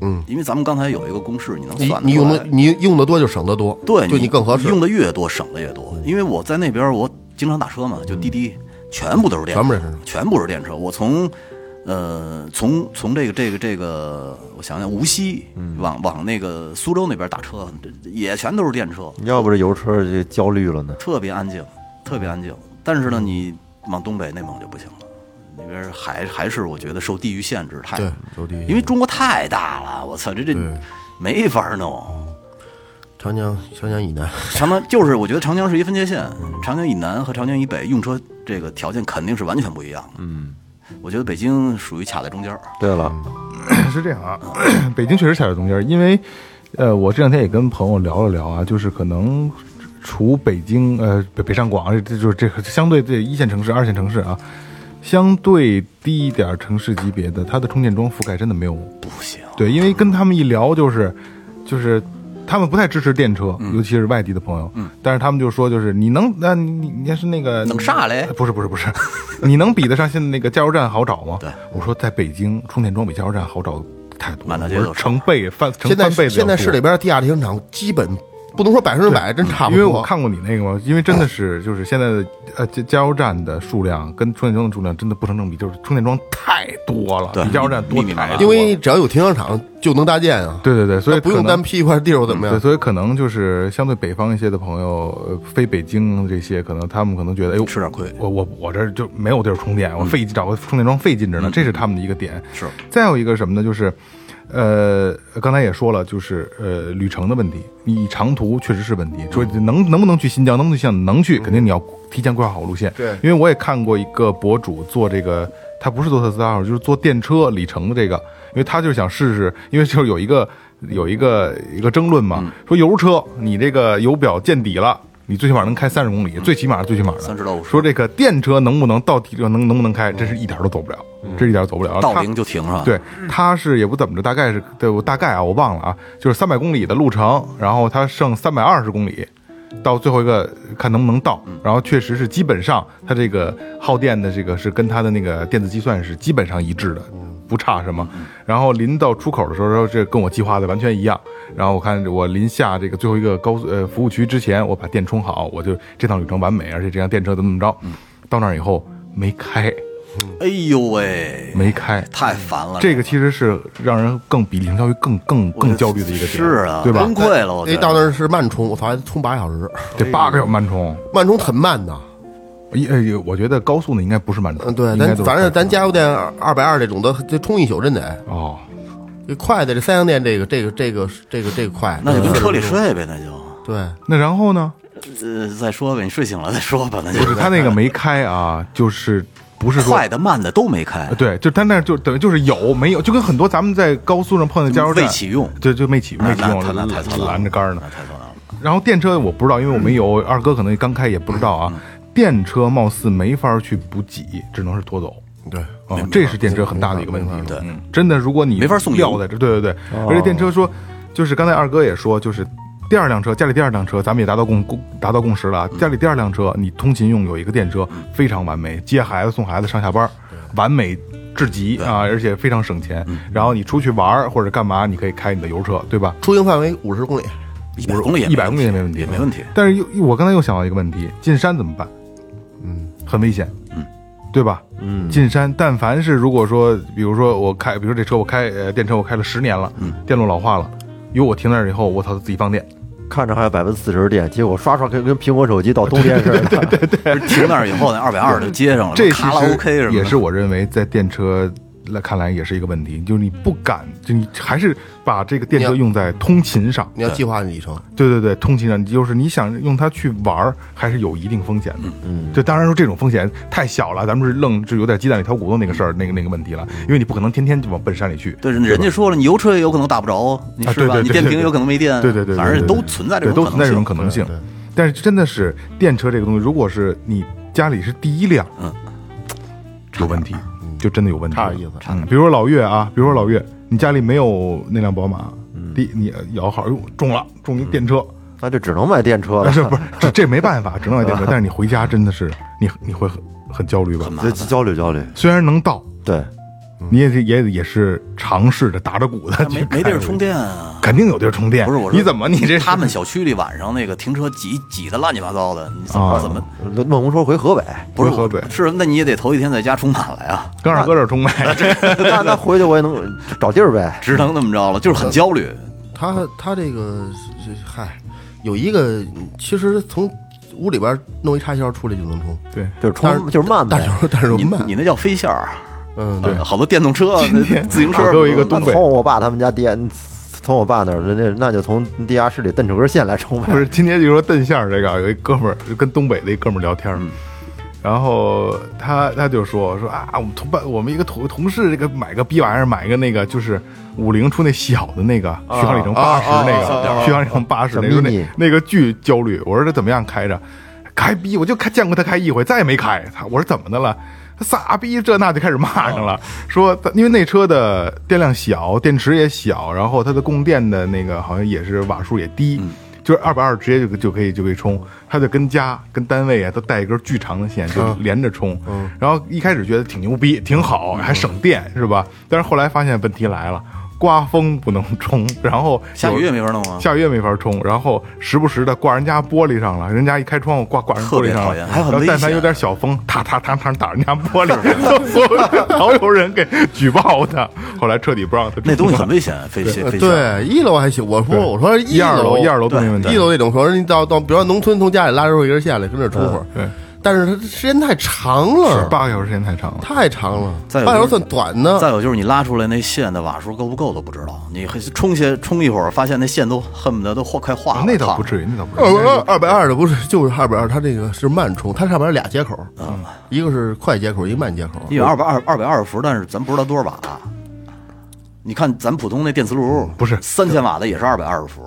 B: 嗯，
C: 因为咱们刚才有一个公式，你能
B: 你
C: 算
B: 你
C: 得出
B: 用
C: 来
B: 的你用的多就省得多，
C: 对，
B: 就你更合适，
C: 用的越多省的越多。因为我在那边，我经常打车嘛，就滴滴，全部都是电车，
B: 全部是电车
C: 全部是电车。我从呃从从这个这个这个，我想想，无锡
B: 嗯
C: 往往那个苏州那边打车，这也全都是电车，
D: 要不这油车就焦虑了呢。
C: 特别安静，特别安静。但是呢，你往东北内蒙就不行了，那边还还是我觉得受地域限制太
B: 对，，走地
C: 因为中国太大了，我操，这这没法弄。
B: 长江长江以南，
C: 长江就是，我觉得长江是一分界线，长江以南和长江以北用车这个条件肯定是完全不一样的。
D: 嗯，
C: 我觉得北京属于卡在中间儿，
D: 对了，
A: 是这样啊， [coughs] 北京确实踩在中间儿，因为呃，我这两天也跟朋友聊了聊啊，就是可能除北京呃北北上广，这这就是这个相对这一线城市、二线城市啊，相对低一点儿城市级别的，它的充电桩覆盖真的没有
C: 不行。
A: 对，因为跟他们一聊就是，就是他们不太支持电车，
C: 嗯
A: 尤其是外地的朋友。嗯，但是他们就说，就是你能，那、你你你要是那个
C: 能啥嘞
A: 不是不是不 [laughs] 是，你能比得上现在那个加油站好找吗？
C: 对，
A: 我说在北京充电桩比加油站好找太多了，
C: 满大街
A: 我说
C: 都是
A: 成倍翻成
B: 现在
A: 翻倍的
B: 现在市里边地下停车场基本不能说百分之百，真差不
A: 因
B: 多。
A: 为我看过你那个嘛，因为真的是就是现在的呃加加油站的数量跟充电桩的数量真的不成正比，就是充电桩太多了，
C: 对
A: 比加油站多
C: 密密麻
A: 太
C: 麻
A: 多了。
B: 因为只要有停车场就能搭建啊，
A: 对对对，所以
B: 那不
A: 可
B: 用
A: 能
B: 单批一块地儿我怎么
A: 对，
B: 样？
A: 所以可能就是相对北方一些的朋友，呃，非北京这些，可能他们可能觉得，哎呦，
C: 吃点亏
A: 我我我这儿就没有地儿充电，我费劲找个充电桩费劲着呢，这是他们的一个点。
C: 是，
A: 再有一个什么呢？就是，呃，刚才也说了，就是呃，旅程的问题，你长途确实是问题。说能能不能去新疆，能不能去像能去，肯定你要提前规划好路线。
B: 对
A: 因为我也看过一个博主做这个，他不是做特斯拉，就是做电车里程的这个，因为他就想试试，因为就是有一个 [laughs] 有一个一个争论嘛，说油车你这个油表见底了。你最起码能开三十公里，最起码最起码的
C: 30到50
A: 说这个电车能不能到底能能不能开，真是一点儿都走不了，这一点儿都走不了。
C: 到
A: 他
C: 零就停是吧？，
A: 对，他是也不怎么着，大概是对我大概啊，我忘了啊，就是三百公里的路程，然后他剩三百二十公里，到最后一个看能不能到。然后确实是基本上他这个耗电的这个是跟他的那个电子计算是基本上一致的，不差什么。然后临到出口的时候，这跟我计划的完全一样。然后我看我临下这个最后一个高速呃服务区之前，我把电充好，我就这趟旅程完美，而且这辆电车怎么怎么着，到那儿以后没开，
C: 哎呦喂，
A: 没开。
C: 太烦了。
A: 这个其实是让人更比理性教育更更更焦虑的一个点，
C: 是啊，
A: 嗯对吧哎
C: 崩？溃了，我觉
B: 那
C: 得
B: 到那儿是慢充，我操，还得充八小时，
A: 得八个小时慢充，
B: 慢充很慢的。
A: 一呃，我觉得高速呢应该不是慢充，
B: 嗯，对，
A: 应该
B: 咱
A: 都是
B: 反
A: 快
B: 正
A: 充
B: 咱加油电二百二这种的，这充一宿真得。
A: 哦，
B: 这快的这三洋电这个这个这个这个这个快，
C: 那就
A: 嗯
C: 跟
B: 40
C: 车里
B: 分钟
C: 睡呗，那就
B: 对，
A: 那然后呢？
C: 呃再说呗，你睡醒了再说吧，那就
A: 不是他那个没开啊，就是不是说
C: 快的慢的都没开
A: 呃，对，就他那就等于就是有没有，就跟很多咱们在高速上碰见加油站
C: 未启用
A: 对，就没启
C: 那
A: 没启用，
C: 那那太惨了嗯
A: 拦着杆儿呢
C: 啊那。太惨了。
A: 然后电车我不知道，因为我没有，二哥可能刚开也不知道啊。
C: 嗯
A: 电车貌似没法去补给，只能是拖走。
B: 对，
A: 啊，这是电车很大的一个问题。
C: 对
A: 嗯，真的，如果你
C: 没法送哦油
A: 料在这，对对对，而且电车说，就是刚才二哥也说，就是第二辆车，家里第二辆车，咱们也达到共共达到共识了啊。
C: 嗯
A: 家里第二辆车，你通勤用有一个电车，非常完美，接孩子、送孩子、上下班，完美。至极啊，而且非常省钱。
C: 嗯
A: 然后你出去玩儿或者干嘛，你可以开你的油车，对吧？
B: 出行范围五十公里，
C: 一百公里也没
A: 一百公里也没问题，
C: 也没问题。
A: 但是又我刚才又想到一个问题，进山怎么办？嗯，很危险，嗯，对吧？嗯，进山，但凡是如果说，比如说我开，比如说这车我开呃电车我开了十年了，嗯，电路老化了，有我停那儿以后，我操，自己放电，
D: 看着还有百分之四十电，结果刷刷跟跟苹果手机到冬天似的。对对对，
C: 停那儿以后，那二百二就接上了，
A: 这其
C: 卡拉 OK 什
A: 实
C: 么的
A: 也是我认为在电车来看来也是一个问题，就是你不敢，就你还是把这个电车用在通勤上。
B: 你要计划你里程，
A: 对对对，通勤上，你就是你想用它去玩儿，还是有一定风险的。嗯，就当然说这种风险太小了，咱们是愣就有点鸡蛋里挑骨头那个事儿，那个那个问题了，因为你不可能天天就往奔山里去。
C: 对，人家说了，你油车也有可能打不着，哦你
A: 啊
C: 是吧？
A: 对对对
C: 你电瓶也有可能没电，
A: 对对对，对
C: 反
A: 对
C: 正
A: 对
C: 都存在这
A: 对
C: 种
A: 都
C: 可
A: 存在
C: 能
A: 这种
C: 性。
A: 可能性。但是真的是电车这个东西，如果是你家里是第一辆，
C: 嗯，
A: 有问题，就真的有问题，
B: 差点意思差
A: 嗯，比如说老岳啊，比如说老岳，你家里没有那辆宝马，
C: 嗯
A: 第你摇号，哟，中了，中一电车，
D: 那就只能买电车
A: 但 [laughs]
D: 了。[laughs]
A: 是不是这这没办法，只能买电
C: [laughs]
A: 车。但是你回家真的是你你会很很焦虑吧？
C: 嗯
D: 这交流交流，
A: 虽然能到，
D: 对，
A: 你也是也也是尝试着打着鼓的，
C: 没没地儿充，电啊！
A: 肯定有地儿充电。
C: 不是我说
A: 你怎么你这
C: 他们小区里晚上那个停车挤挤的乱七八糟的，你怎么
A: 啊
C: 怎么
D: 孟孟红说回河北， [laughs]
C: 不是
A: 回河
C: 我
A: 北
C: 是那你也得头一天在家充满了呀，
A: 跟二哥这
C: [laughs]
A: 儿充呗？
D: 那那回去我也能找地儿呗。
C: 只能那么着了，就是很焦虑。
B: 他他这个这嗨，有一个其实从屋里边弄一插销出来就能充，
A: 对。
D: 就是
B: 但是
D: 充就是慢
B: 但
D: 呗，
B: 是但是
C: 你
B: 慢
C: 你，那叫飞线儿，
B: 嗯，
A: 对
C: 呃好多电动车、那自行车
A: 我，有一个
D: 那
A: 东北
D: 从我爸他们家电，从我爸那儿，那那就从地下室里蹬出根线来充呗
A: 不。是，今天就说邓相儿这个啊，有一哥们儿跟东北的一哥们儿聊天儿，然后他他就说说啊，我们同伴，我们一个同同事这个买个逼玩意儿，买个那个就是五菱出那小的那个续航里程八十啊那个续航里程八十
D: 小
A: 那个那
D: mini
A: [laughs] 那个巨焦虑。我说这怎么样开着？开逼，我就开见过他开一回，再也没开。他我说怎么的了？他傻逼，这那就开始骂上
C: 哦
A: 了，说他因为那车的电量小，电池也小，然后它的供电的那个好像也是瓦数也低，
C: 嗯
A: 就是二百二直接就就可以就可以充。他就跟家跟单位啊都带一根巨长的
C: 嗯
A: 线，就连着充。然后一开始觉得挺牛逼，挺好，
C: 嗯
A: 还省电是吧？但是后来发现问题来了。刮风不能充， [laughs] 然后有
C: 下雨也没法弄啊，
A: 下雨也没法冲，然后时不时的挂人家玻璃上了，人家一开窗户挂挂人玻璃上
C: 特别讨
A: 了，
C: 厌还
A: 然
C: 很
A: 后
C: 危
A: 但凡
C: 险
A: 有点小风，哒哒哒哒打人家玻璃， [laughs] 所有老有人给举报他，后来彻底不让他
C: 那东西
A: 冲
C: 很
A: 了
C: 危险，飞线
B: 呃
C: 飞线儿。
B: 对，一楼还行。我说
A: 对
B: 我说
A: 一二
B: 楼
A: 楼一二楼都没问题，
B: 一楼那种，说你到到，比如说农村从家里拉出一根线来，跟这儿充会儿。
A: 对，
B: 但是它时间太长了，
A: 八个小时时间太长了，
B: 太长了，
C: 再有
B: 半小
C: 就是
B: 时算短的。
C: 再有就是你拉出来那线的瓦数够不够都不知道，你还冲些冲一会儿，发现那线都恨不得都化快化了。
A: 啊那倒
C: 烫
A: 不至于，那倒不
B: 二
C: 呃
A: 至于，
B: 百二二百二的不是就是二百二，它这个是慢充，它上面有俩接口，一个是快接口，一个慢接口。
C: 因为二百二二百二十伏，但是咱不知道多少瓦。啊你看咱普通那电磁炉，
A: 不是
C: 三千瓦的也是二百二十伏，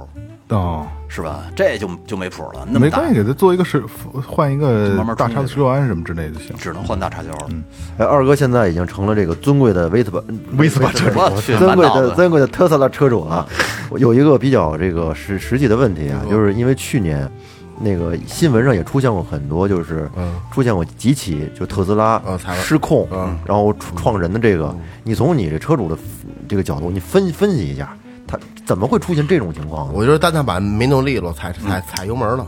A: 哦，
C: 是吧？这就就没谱了，那么
A: 没
C: 大
A: 关系，给他做一个是换一个
C: 慢慢
A: 大
C: 冲
A: 叉
C: 就行
A: 子十六安什么之类的就行。
C: 只能换大插销了。
A: 嗯
D: 哎，二哥现在已经成了这个尊贵的维特巴
A: 威斯巴车主，
C: 我去，
D: 尊
C: 满
D: 贵
C: 脑
D: 的
C: 子
D: 尊贵的特斯拉车主
B: [laughs]
D: 啊，我有一个比较这个实实际的问题
B: 哦
D: 啊，就是因为去年那个新闻上也出现过很多，就是出现过几起就特斯拉
B: 嗯裁了
D: 失控，然后出创人的这个，你从你这车主的这个角度，你分分析一下，他怎么会出现这种情况呢？
B: 我觉得单踏板没弄利落，踩踩踩油门了。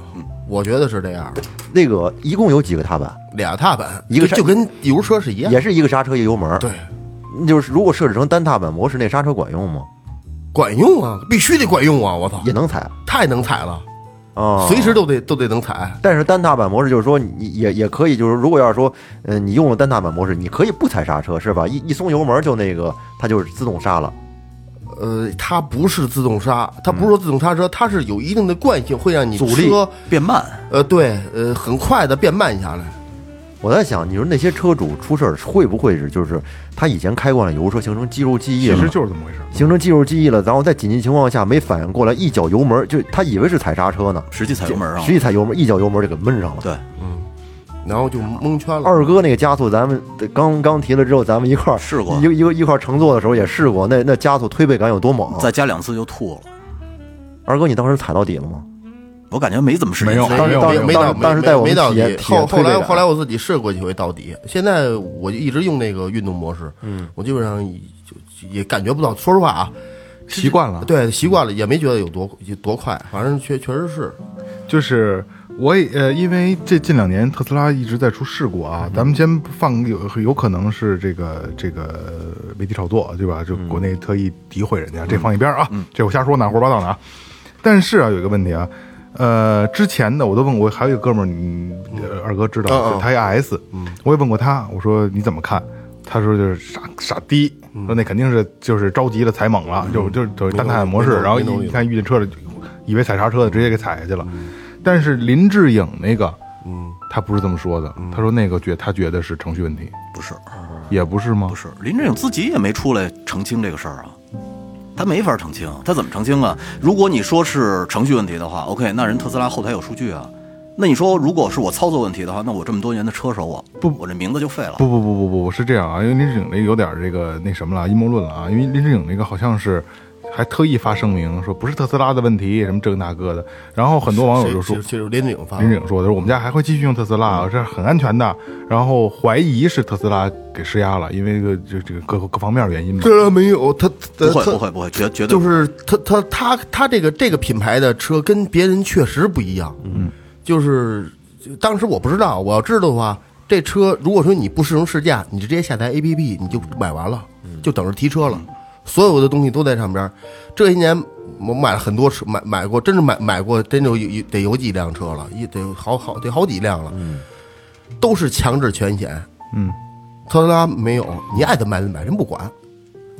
B: 我觉得是这样，
D: 那个一共有几个踏板？
B: 俩踏板
D: 一个
B: 就就跟油车是一样，
D: 也是一个刹车，一个油门。
B: 对，，
D: 就是如果设置成单踏板模式，那刹车管用吗？
B: 管用啊，必须得管用啊！我操，
D: 也能踩
B: 太能踩了，
D: 啊，
B: 随时都得都得能踩。
D: 但是单踏板模式就是说你，你也也可以，就是如果要是说，嗯、你用了单踏板模式，你可以不踩刹车，是吧？一一松油门就那个，它就是自动刹了。
B: 呃，它不是自动刹，它不是说自动刹车，它是有一定的惯性，会让你
D: 阻力
B: 车
C: 变慢，
B: 呃对呃很快的变慢下来。
D: 我在想，你说那些车主出事儿会不会是就是他以前开惯了油车，形成肌肉记忆
A: 其
D: 了
A: 实，就是这么回事儿。
D: 形成肌肉记忆了，然后在紧急情况下没反应过来，一脚油门就他以为是踩刹车呢，
C: 实际踩油门啊
D: 实。际踩油门，一脚油门就给闷上了。
C: 对，
B: 然后就蒙圈了。
D: 二哥那个加速，咱们刚刚提了之后，咱们一块儿
C: 试过
D: 一个一个一块儿乘坐的时候也试过，那那加速推背感有多猛啊？
C: 再加两次就吐了。
D: 二哥，你当时踩到底了吗？
C: 我感觉没怎么使劲
A: 没有
C: 踩
D: 当时当时
B: 没没
D: 当
B: 到
D: 时当时带我
B: 没
D: 们
B: 到
D: 体
B: 底
D: 验，体
B: 后
D: 验推啊
B: 后
D: 背
B: 来
D: 感
B: 后来我自己试过几回到底，现在我就一直用那个运动模式，嗯，我基本上也就也感觉不到。说实话啊，
A: 习惯
D: 嗯
A: 了，啊
B: 对，习惯了也没觉得有多有多快，反正确确实是
A: 就是我也呃，因为这近两年特斯拉一直在出事故啊，咱们先放有有可能是这个这个媒体炒作，对吧？就国内特意诋毁人家，这放一边儿啊，这我瞎说哪胡说八道哪啊。但是啊，有一个问题啊，呃，之前的我都问过，还有一个哥们儿，你呃二哥知道，
B: 嗯嗯
A: 他一 S，我也问过他，我说你怎么看？他说就是傻傻逼，说那肯定是就是着急了踩猛了，就就就是单看模式，然后
B: 没动
A: 一
B: 力
A: 一看遇见车了，以为踩刹车了，直接给踩下去了。但是林志颖那个，嗯，他不是这么说的，他说那个觉他觉得是程序问题，
C: 不是，
A: 也不是吗
C: 不？是，林志颖自己也没出来澄清这个事儿啊，他没法澄清，他怎么澄清啊？如果你说是程序问题的话，OK，那人特斯拉后台有数据啊。那你说，如果是我操作问题的话，那我这么多年的车手我，不，我这名字就废了。
A: 不不不不不不是这样啊，因为林志颖这个有点这个那什么了，阴谋论了啊，因为林志颖那个好像是。还特意发声明说不是特斯拉的问题，什么这个那个的。然后很多
D: 哦
A: 网友就说
B: 其实，其实林景
C: 啊
B: 发
A: 林志颖说的，说我们家还会继续用特斯
C: 嗯
A: 拉，这是很安全的。然后怀疑是特斯拉给施压了，因为这个这这个各各方面原因嘛。
B: 这没有他，他
C: 不会
B: 他
C: 不会不会，绝绝对
B: 就
C: 不会
B: 是他他他他这个这个品牌的车跟别人确实不一样，嗯，就是就当时我不知道，我要知道的话，这车如果说你不试乘试驾，你直接下载 APP 你就买完了，就等着提车了，所有的东西都在上边儿。这些年我买了很多车，买买过，真是买买过，真就有有得有几辆车了，也得有好好得好几辆了，都是强制全险，
A: 嗯，
B: 特斯拉没有，你爱怎么买怎么买，人不管，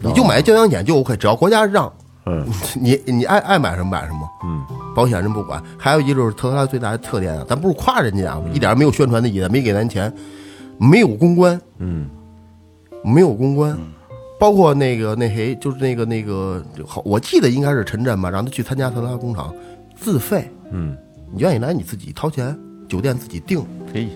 B: 你就买交强险就 OK，只要国家让，
D: 嗯，
B: 你你爱爱买什么买什么，
D: 嗯，
B: 保险人不管。还有一个就是特斯拉最大的特点啊，咱不是夸人家啊，
D: 嗯
B: 一点儿没有宣传的意思，没给咱钱，没有公关，
D: 嗯，
B: 没有公关，包括那个那谁，就是那个那个好，我记得应该是陈震吧，让他去参加特斯拉工厂，自费，
D: 嗯，
B: 你愿意来你自己掏钱，酒店自己订，
D: 嘿，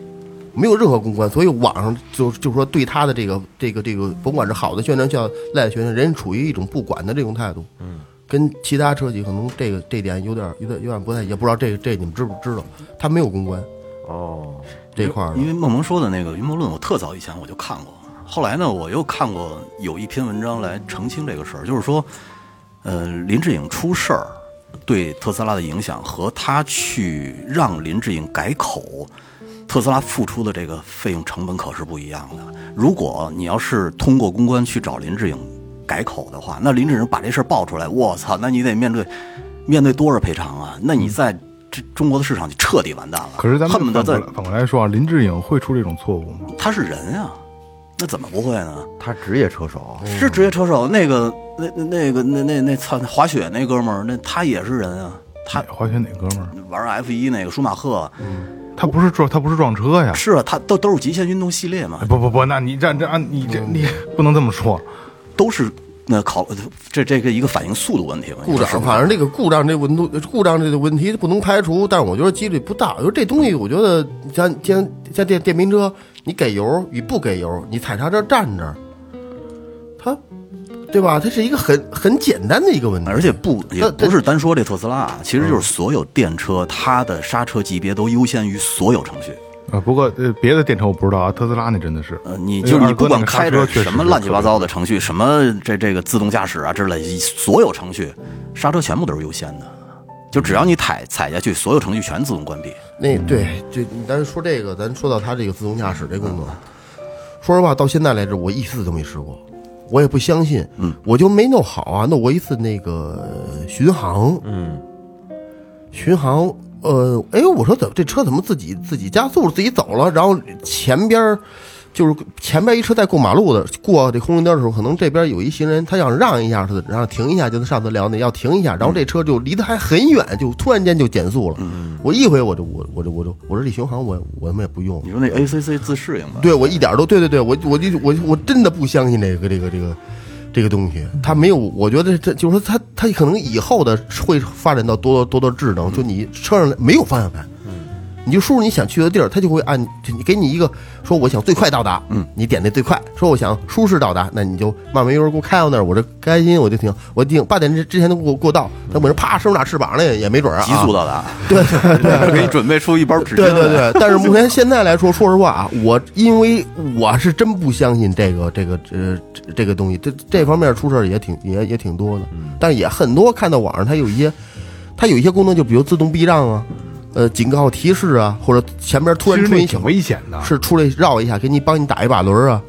B: 没有任何公关，所以网上就就说对他的这个这个这个，甭管是好的宣传效赖的宣传，人家处于一种不管的这种态度，嗯，跟其他车企可能这个这点有点有点有点不太，也不知道这个这你们知不知道，他没有公关
D: 哦，
B: 这块儿的
C: 因为梦萌说的那个阴谋论，我特早以前我就看过，后来呢，我又看过有一篇文章来澄清这个事儿，就是说，呃，林志颖出事儿对特斯拉的影响和他去让林志颖改口，特斯拉付出的这个费用成本可是不一样的。如果你要是通过公关去找林志颖改口的话，那林志颖把这事儿爆出来，我操，那你得面对面对多少赔偿啊？那你在这中国的市场就彻底完蛋了。
A: 可是咱们
C: 恨不得
A: 反过
C: 在
A: 来反过来说啊，林志颖会出这种错误吗？
C: 他是人呀、那怎么不会呢？
D: 他职业车手，
C: 是职业车手，那个那那那个那那那操滑雪那哥们儿，那他也是人啊，他
A: 滑雪哪哥们儿？
C: 玩 F 一那个舒马赫，啊
A: 他不是撞他不是撞车呀？
C: 是啊，他都都是极限运动系列嘛
A: 哎，不不不，那你这这按你这
C: 嗯
A: 你不能这么说。
C: 都是那考这这个一个反应速度问题嘛，
B: 故
C: 是
B: 障，反正这个故障这问度故障这个问题不能排除，但是我觉得几率不大。我觉得这东西，我觉得像像像电电瓶车，你给油与不给油，你踩刹车站这儿，它对吧？它是一个很很简单的一个问题，
C: 而且不也
B: 那
C: 不是单说这特斯拉，啊其实就是所有电车，它的刹车级别都优先于所有程序。
A: 啊，不过呃，别的电车我不知道啊，特斯拉那真的是，
C: 呃，你
A: 因为
C: 就是
A: 二
C: 你
A: 哥
C: 不
A: 那
C: 管
A: 个刹
C: 开
A: 车
C: 着
A: 确实
C: 什么
A: 是
C: 乱七
A: 特
C: 八
A: 别
C: 糟的程序，什么这这个自动驾驶啊之类，所有程序刹车全部都是优先的，就只要你踩踩下去，所有程序全自动关闭。
B: 那对，这咱说这个，咱说到它这个自动驾驶这功能，说实话，到现在来着，我一次都没试过，我也不相信，嗯，我就没弄好啊。弄过一次那个呃巡航，嗯，巡航，呃，哎，我说怎么这车怎么自己自己加速自己走了？然后前边儿就是前边一车在过马路的过这红绿灯的时候，可能这边有一行人他想让一下似的，然后停一下，就跟上次聊那要停一下，然后这车就离得还很远，就突然间就减速了。我一回我就我我就我就我说这巡航我我他妈也不用
C: 你，说那 ACC 自适应吧？
B: 对我一点儿都对对对，我我就我我真的不相信这个这个这个这个东西，
C: 嗯
B: 它没有，我觉得这就是说它它可能以后的会发展到多多多智
C: 嗯
B: 能，就你车上没有方向盘，你就输入你想去的地儿，它就会按就你给你一个说我想最快到达，嗯，你点那最快，说我想舒适到达，那你就慢慢悠悠给我开到那儿，我这开心我就停，我定八点之之前都给我过道，那我这啪伸不俩翅膀了也也没准儿啊，
C: 嗯急速到 [laughs] 达，
B: 对对对
C: 我 [laughs] 给你准备出一包纸巾
B: 对
C: 来。
B: 对对， [laughs] 但是目前现在来说，说实话啊，我因为我是真不相信这个这个呃这这个东西，这这方面出事儿也挺也也挺多的，但是也很多看到网上它有一些它有一些功能，就比如自动避让啊，呃警告提示啊，或者前边突
A: 其
B: 然
A: 实
B: 出
A: 那
B: 一
A: 挺
B: 小
A: 危险的，
B: 是出来绕一下，给你帮你打一把轮儿啊，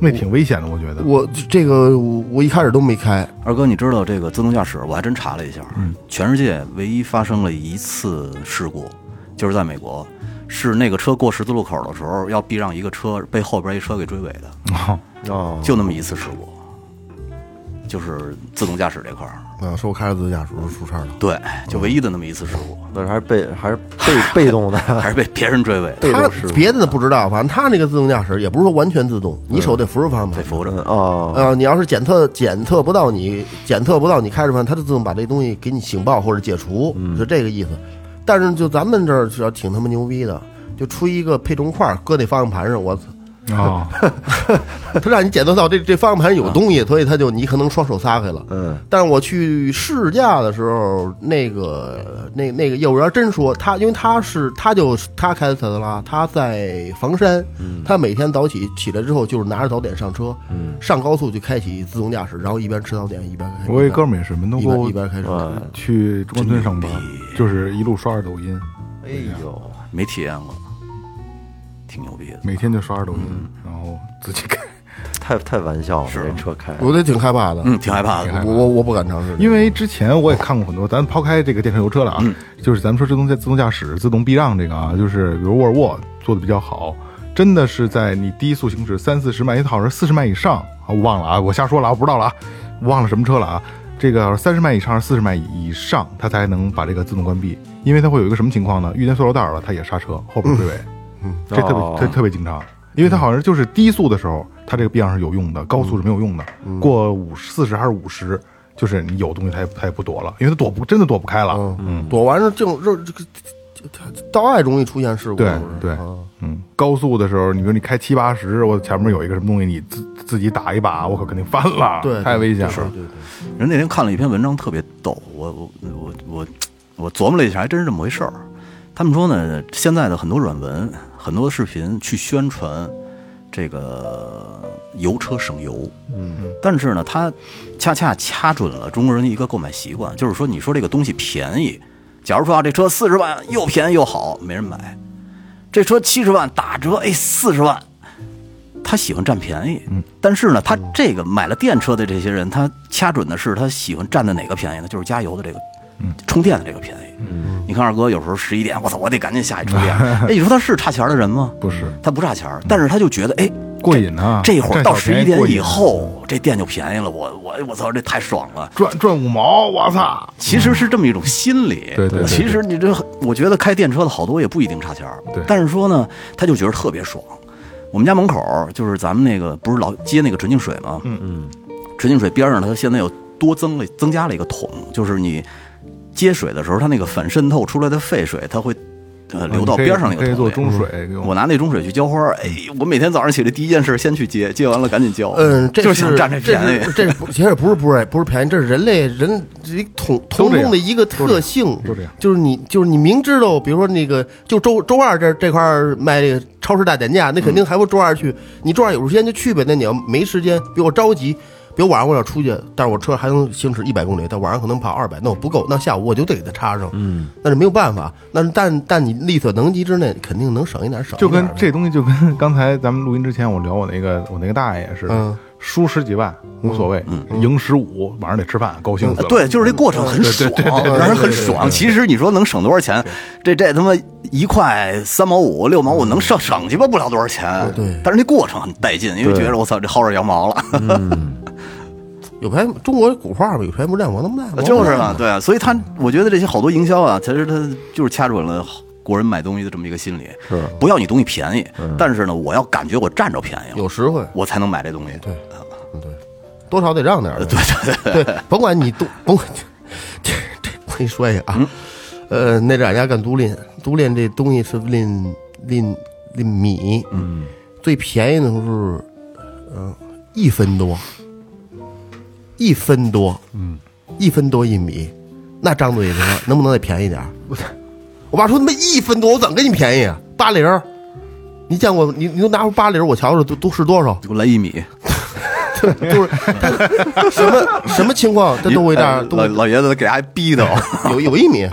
A: 那挺危险的，我觉得。
B: 我这个我我一开始都没开，
C: 二哥，你知道这个自动驾驶？我还真查
A: 嗯
C: 了一下，全世界唯一发生了一次事故，就是在美国，是那个车过十字路口的时候要避让一个车，被后边一车给追尾的，
D: 哦，
C: 就那么一次事故，就是自动驾驶这块儿，
B: 啊，说我开着自动驾驶出事儿了。
C: 对，就唯一的那么一次事故，
D: 那还是被还是被被动的， [laughs]
C: 还是被别人追尾的，
B: 他别的不知道，反正他那个自动驾驶也不是说完全自动，你手得扶着方向
C: 被
B: 盘。
C: 扶着。
D: 哦，
B: 呃，你要是检测检测不到你检测不到你开着盘，它就自动把这东西给你醒报或者解除，是这个意思。但是就咱们这儿是要挺他妈牛逼的，就出一个配重块儿搁那方向盘上，我操！
A: 啊，
B: [laughs] 他让你检测到这这方向盘
C: 啊
B: 有东西，所以他就你可能双手撒开了。
D: 嗯，
B: 但是我去试驾的时候，那个那那个业务员真说他，因为他是他就他开的特斯拉，他在房山，
C: 嗯
B: 他每天早起起来之后就是拿着早点上车，上高速就开启自动驾驶，然后一边吃早点一边开车。
A: 我一哥们儿也是门头
B: 一边
A: 沟呃
B: 一边开车，
D: 嗯
A: 去中关村上班，就是一路刷着抖音，
D: 哎呦，
C: 没体验过，挺牛逼的。
A: 每天就刷着抖
B: 嗯
A: 音，然后自己开。
D: 太太玩笑了，这车开，
B: 我都挺害怕的，
C: 嗯，挺害怕的。
B: 我我我不敢尝试。
A: 因为之前我也看过很多，咱抛开这个电车油车了啊，
B: 嗯
A: 就是咱们说自动自动驾驶、自动避让这个啊，就是比如沃尔沃做的比较好，真的是在你低速行驶三四十迈，一套是四十迈以上啊，我忘了啊，我瞎说了啊，我不知道了啊，忘了什么车了啊。这个三十迈以上、四十迈以上，它才能把这个自动关闭，因为它会有一个什么情况呢？遇见塑料袋了，它也刹车，后边追尾，
B: 嗯
A: 这特别、
D: 哦
A: 特特别经常，因为它好像就是低速的时候，它这个避让是有用的，高速是没有用的。
B: 嗯
A: 过五四十还是五十，就是你有东西它也它也不躲了，因为它躲不真的躲不开了。
B: 嗯，躲完了就就这个道爱容易出现事故，
A: 对
B: 是不是
A: 对
B: 啊，
A: 嗯，高速的时候，你比如你开七八十，我前面有一个什么东西，你自自己打一把，我可肯定翻了，
B: 对
A: 太危险了。
B: 对对。
C: 人那天看了一篇文章，特别逗，我我我我我琢磨了一下，还真是这么回事儿。他们说呢，现在的很多软文、很多视频去宣传这个油车省油，嗯，但是呢，它恰恰掐准了中国人的一个购买习惯，就是说，你说这个东西便宜，假如说啊，这车四十万又便宜又好，没人买；这车七十万打折，哎，四十万，他喜欢占便宜，
A: 嗯
C: 但是呢，他这个买了电车的这些人，他掐准的是他喜欢占的哪个便宜呢？就是加油的这个，
A: 嗯
C: 充电的这个便宜。你看二哥有时候十一点，我操，我得赶紧下去充电。
A: [laughs]
C: 哎，你说他是差钱的人吗？
A: 不是
C: 他不差钱，但是他就觉得，哎，
A: 过瘾嗯啊！
C: 这会儿
A: 占
C: 到
A: 小
C: 十
A: 便
C: 一
A: 宜
C: 点
A: 过瘾
C: 以后，这电就便宜了，我我我操，这太爽了。
A: 赚赚五毛，我操！
C: 其实是这么一种心理。
A: 嗯对对对
C: 其实你这，我觉得开电车的好多也不一定差钱儿。
A: 对
C: 但是说呢，他就觉得特别爽。我们家门口就是咱们那个不是老接那个纯净水吗？嗯嗯，纯净水边上它现在又多增了增加了一个桶，就是你接水的时候，它那个反渗透出来的废水，它会呃流到边上那
A: 哦你可以
C: 个
A: 可以做
C: 桶里。嗯
A: 中水用。
C: 我拿那种水去浇花儿，哎，我每天早上起来第一件事先去接，接完了赶紧浇。
B: 嗯，这
C: 就是想占
B: 这
C: 便宜
A: [laughs]
B: 是。这是不其实不是不是不是便宜，这是人类人这统
A: 都
B: 统
A: 这样
B: 中的一个特性
A: 都这样，
B: 就是你就是你明知道，比如说那个就周周二这这块儿卖这个超市大减价，那肯
A: 嗯
B: 定还不周二去，你周二有时间就去呗。那你要没时间，比如我着急，比如晚上我要出去，但是我车还能行驶一百公里，但晚上可能跑二百，那我不够，那下午我就得给它插上。嗯，那是没有办法，那但但你力所能及之内，肯定能省一点儿省一
A: 就
B: 点儿
A: 跟
B: 呗。
A: 这东西就跟 [laughs] 刚才咱们录音之前我聊我那个我那个大爷似
B: 嗯
A: 的，输十几万无所谓，赢十五晚上得吃饭，高兴
C: 嗯
A: 死了。
C: 呃对，就是这过程很爽，让人很爽。其实你说能省多少钱？这这他妈一块三毛五、六毛五能省省去吧，不了多少钱。
B: 嗯对
C: 但是那过程很带劲，因为觉得我操，这薅着羊毛了，
B: 嗯有钱中国古话嘛，有钱不占王八蛋，
C: [laughs]
B: 王
C: 就
B: 八
C: 是
B: 蛋
C: 嘛，对啊。所以他，我觉得这些好多营销啊，其实他就是掐准了国人买东西的这么一个心理，
D: 是
C: 不要你东西便宜，但是呢，我要感觉我占着便宜了，
B: 嗯有实惠。
C: 我才能买这东西。
B: 对对，多少得让点儿呗。
C: 对对
B: 对，甭管你多，甭管这这我跟你说一个啊，呃，那咱家干租赁，租赁这东西是赁赁赁米，嗯，最便宜的时候是，呃，一分多，一分多，嗯，一分多一米，那张嘴说能不能再便宜点儿？我爸说他妈一分多，我怎么给你便宜啊？八零儿。你见过你你都拿出八零儿，我瞧瞧都都是多少？
C: 给我来一米，
B: [laughs] 就是他什么什么情况，他都会这样，都
C: 哎老
B: 会 [laughs]
C: 老爷子给他逼的，哦
B: 有有一米，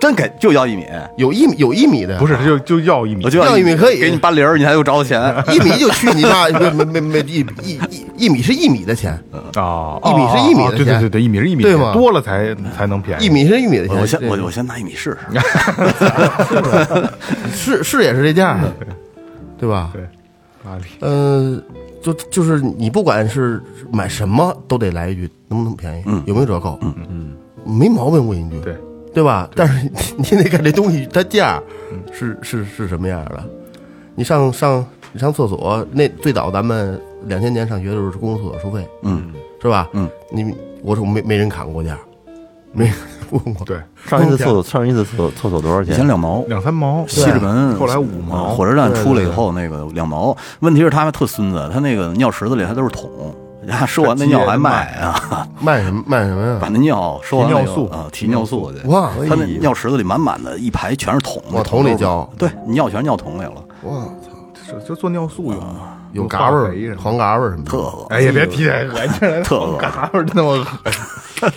C: 真给就要一米，
B: 有一米有一米的，
A: 不是，他就就要一米
C: 我，就
B: 要一米可以
C: 给你搬零儿，你还给我找我
B: [laughs]
C: 钱，
B: 一米就去你妈，没没没一一一一米是一米的钱，
A: 啊，
B: 一米是一米的
A: 哦对对
B: 钱
A: 对对，一米是一米，
B: 对吗
A: 多了才才能便宜，
B: 一米是一米的钱。
C: 我先我我先拿一米试
A: 嗯
C: 试，
B: 是是也是这价的，对吧？
A: 对，哪里
B: 呃，就就是你不管是买什么，都得来一句能不能便宜，有没有折扣，嗯嗯，没毛病，问一句，
A: 对，
B: 对吧？但是你 [laughs] 你得看这东西它价是是是什么样的。你上上你上厕所，那最早咱们两千年上学的时候是公共厕所收费，
C: 嗯，
B: 是吧？
C: 嗯，
B: 你我说没没人砍过价，没人问过，
A: 对，
D: 上一次厕所，上一次厕所厕所多少
C: 以前
D: 钱？
C: 两毛，
A: 两三毛，
C: 西直门，
A: 后来五毛
C: 呃火车站出来以后，那个两毛。问题是他们特孙子，他那个尿池子里还都是桶，人家收完那尿还卖啊，
B: [laughs] 卖什么卖什么
C: 把
B: 呀？
C: 那尿收完了以后
A: 提尿素
C: 啊，
A: 哎
C: 提尿素去。
B: 哇
C: 他那尿池子里满满的一排全是桶，
B: 往桶里浇
C: 对，尿全尿桶里了，
A: 嗯
B: 哇操，
A: 就就做尿素用的，
C: 啊
B: 有嘎
A: 嘎
B: 味儿，
A: 什么的。
B: 黄嘎味儿什么的，
C: 特恶
A: 哎呀，别提这个，这
C: 特恶
A: 嘎味儿真他妈恶心。 [laughs]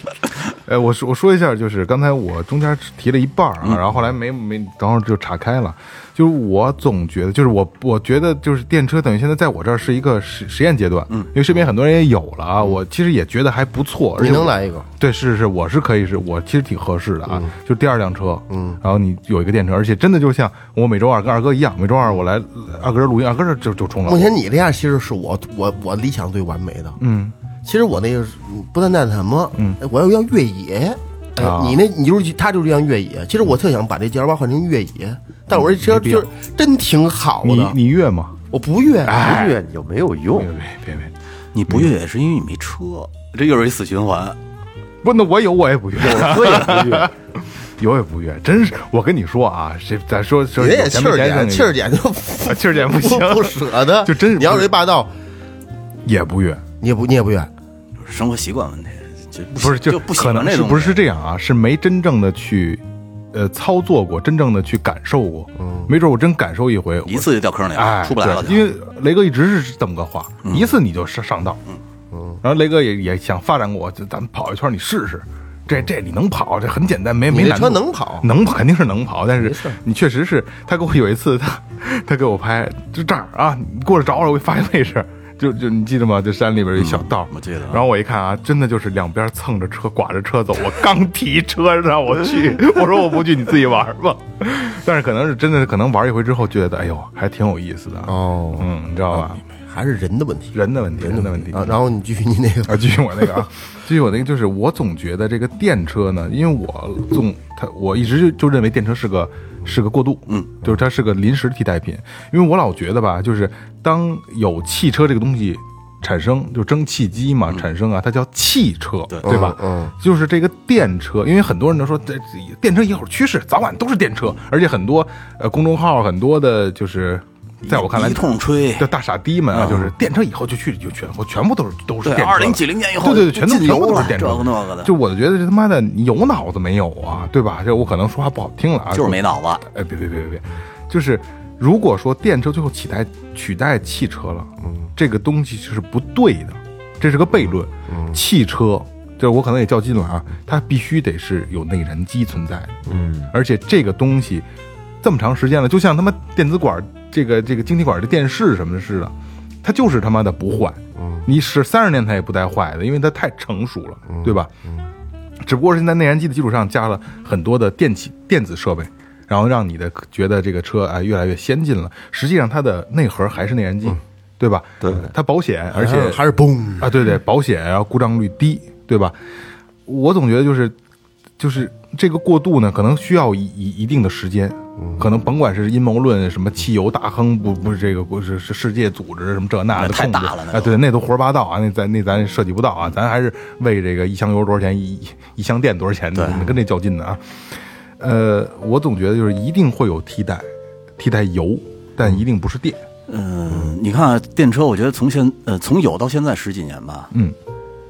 A: 哎，我说我说一下，就是刚才我中间提了一半儿啊，然后后来没没，等会儿就岔开了。就是我总觉得，就是我我觉得就是电车等于现在在我这儿是一个实实验阶段，嗯，因为身边很多人也有了啊，我其实也觉得还不错，而
B: 你
A: 且
B: 能来一个？
A: 对，是是，我是可以是，我其实挺合适的啊，就第二辆车，嗯，然后你有一个电车，而且真的就像我每周二跟二哥一样，每周二我来二哥这录音，二哥这就就冲了我，
B: 目前你这样其实是我我我理想最完美的。
A: 嗯，
B: 其实我那个是嗯不但那什么，嗯，我要要越野。哎
A: 啊，
B: 你那你就是他就是一辆越野。其实我特想把这 G L 八换成越野，但我这车
A: 没必要
B: 就是真挺好
A: 你
B: 的。
A: 你哎越吗？
B: 我不越，
D: 音乐有没有用
A: 别？别别别，
C: 你不越野是因为你没车，这又是一死循环。
A: 不，那我有我也不越，
D: 我也不用。
A: [laughs] 有也不越，真是我跟你说啊，谁咱说说
B: 人
A: 有
B: 也
A: 钱
B: 气
A: 没
B: 儿
A: 钱
B: 点，
A: 挣
B: 气儿
A: 也
B: 点就
A: 啊气儿点不
B: 不
A: 行，
B: 不舍得，
A: 就真是
B: 你要是一霸道，
A: 也不越。
B: 你也不你也不愿。
C: 生活习惯问题，就
A: 不是
C: 就不喜
A: 可
C: 欢
A: 能
C: 这
A: 是
C: 种，
A: 不是是这样啊？是没真正的去，呃，操作过，真正的去感受过。没准我真感受一回，我
C: 一次就掉坑里
A: 哎
C: 了，出不来了就。嗯
A: 对因为雷哥一直是这么个话，一次你就上上道。嗯，然后雷哥也也想发展过，就咱们跑一圈，你试试。这这你能跑，这很简单，没没
B: 你这
A: 难度
B: 车能跑
A: 能肯定是能跑，但是你确实是他给我有一次，他他给我拍，就这儿啊，你过来找我，我给你发一位置，就就你记得吗？就山里边有一小道，
C: 我记得啊
A: 然后我一看啊，真的就是两边蹭着车，刮着车走。我刚提车让我 [laughs] 去，我说我不去，你自己玩吧。但是可能是真的，可能玩一回之后觉得，哎呦，还挺有意思的。
B: 哦
A: 嗯，你知道吧？
B: 还是人的问题，
A: 人的问题，人的问题
B: 啊。然后你继续你那个，
A: 啊，继续我那个啊，继续我那个，就是我总觉得这个电车呢，因为我总它我一直就就认为电车是个是个过渡，嗯，就是它是个临时替代品，因为我老觉得吧，就是当有汽车这个东西。产生就蒸汽机嘛，产生啊，它叫汽车，对吧？
B: 嗯嗯
A: 就是这个电车，因为很多人都说这这电车也有趋势，早晚都是电车，而且很多呃公众号很多的，就是在我看来
C: 一通吹
A: 叫大傻逼们啊，就是电车以后就去就全部全部都是都是
C: 对
A: 电车了，
C: 2070年以后
A: 对对对，全都
C: 进
A: 全
C: 油
A: 部都是
C: 了
A: 电车，
C: 这个那个的
A: 就我就觉得这他妈的你有脑子没有啊，对吧？这我可能说话不好听了啊，
C: 就是没。脑子，
A: 哎，别别别别别，就是如果说电车最后取代取代汽车了，
C: 嗯
A: 这个东西是不对的，这是个悖论。
C: 嗯
A: 汽车，这我可能也较劲了啊，它必须得是有内燃机存在的，
D: 嗯，
A: 而且这个东西这么长时间了，就像他妈电子管儿这个这个晶体管儿的电视什么似的，它就是他妈的不坏。你使三十年它也不带坏的，因为它太成熟了，对吧？只不过是在内燃机的基础上加了很多的电器电子设备，然后让你的觉得这个车哎越来越先进了。实际上它的内核还是内燃机，对吧？
D: 对
A: 它保险，而且
B: 还是还是嘣，
A: 啊，对
C: 嗯
A: 对，保险然后故障率低，对吧？我总觉得就是就是这个过渡呢，可能需要一一一定的时间，
C: 嗯
A: 可能甭管是阴谋论什么汽油大亨不不是这个不是是世界组织什么这那的
C: 那太
A: 控制
C: 大了那
A: 啊，
C: 都
A: 对，那都胡说八道啊，那咱那咱涉及不到啊，咱还是为这个一箱油多少钱，一一一箱电多少钱，你们跟这较劲呢啊。呃，我总觉得就是一定会有替代，替代油，但一定不是电。
C: 嗯，你看啊电车，我觉得从现呃从有到现在十几年吧，
A: 嗯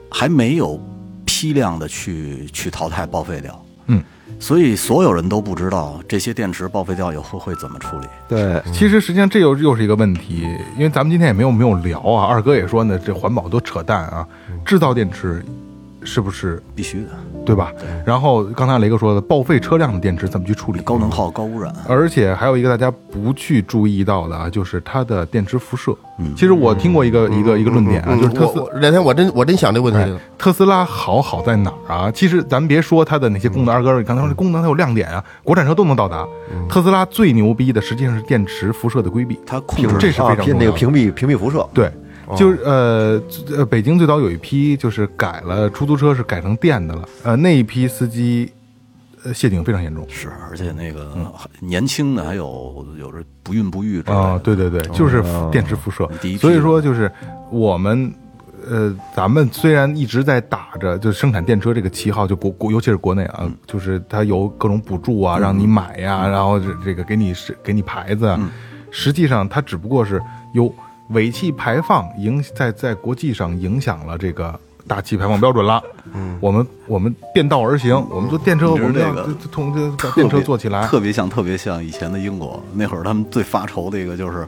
C: 还没有批量的去去淘汰报废掉，
A: 嗯，
C: 所以所有人都不知道这些电池报废掉以后会怎么处理。
D: 对，
A: 其实实际上这又又是一个问题，因为咱们今天也没有没有聊啊，二哥也说呢，这环保多扯淡啊，制造电池是不是
C: 必须的，
A: 对吧？然后刚才雷哥说的报废车辆的电池怎么去处理，
C: 高能耗、高污染。
A: 而且还有一个大家不去注意到的啊，就是它的电池辐射。其实我听过一个、一个一个论点啊，
B: 嗯
A: 就是特斯
B: 我我那天我真我真想这问题
A: 哎
B: 了，
A: 特斯拉好好在哪儿啊？其实咱别说它的那些功能，二哥你刚才说这功能它有亮点啊，国产车都能到达。特斯拉最牛逼的实际上是电池辐射的规避，
C: 它控制
A: 这是非
D: 啊
A: 常重
D: 屏
A: 要
D: 那个
A: 的
D: 屏蔽屏蔽辐射，
A: 对，就是呃最呃，北京最早有一批就是改了出租车是改成电的了，呃那一批司机呃陷阱非常严重
C: 是，而且那个
A: 嗯
C: 还年轻的还有有着不孕不育之类
A: 啊、
C: 的，
A: 对对对，就是电池辐射
C: 第一，批
A: 所以说就是我们。呃，咱们虽然一直在打着就生产电车这个旗号，就国国，尤其是国内
C: 嗯
A: 啊，就是它有各种补助啊，让你买呀、然后这这个给你是给你牌子啊，
C: 嗯
A: 实际上它只不过是有尾气排放影在在国际上影响了这个大气排放标准了。嗯，我们我们变道而行，我们做电车，我
C: 你知道
A: 们要
C: 这个
A: 就就从这把电车做起来，
C: 特别像特别像以前的英国那会儿，他们最发愁的一个就是。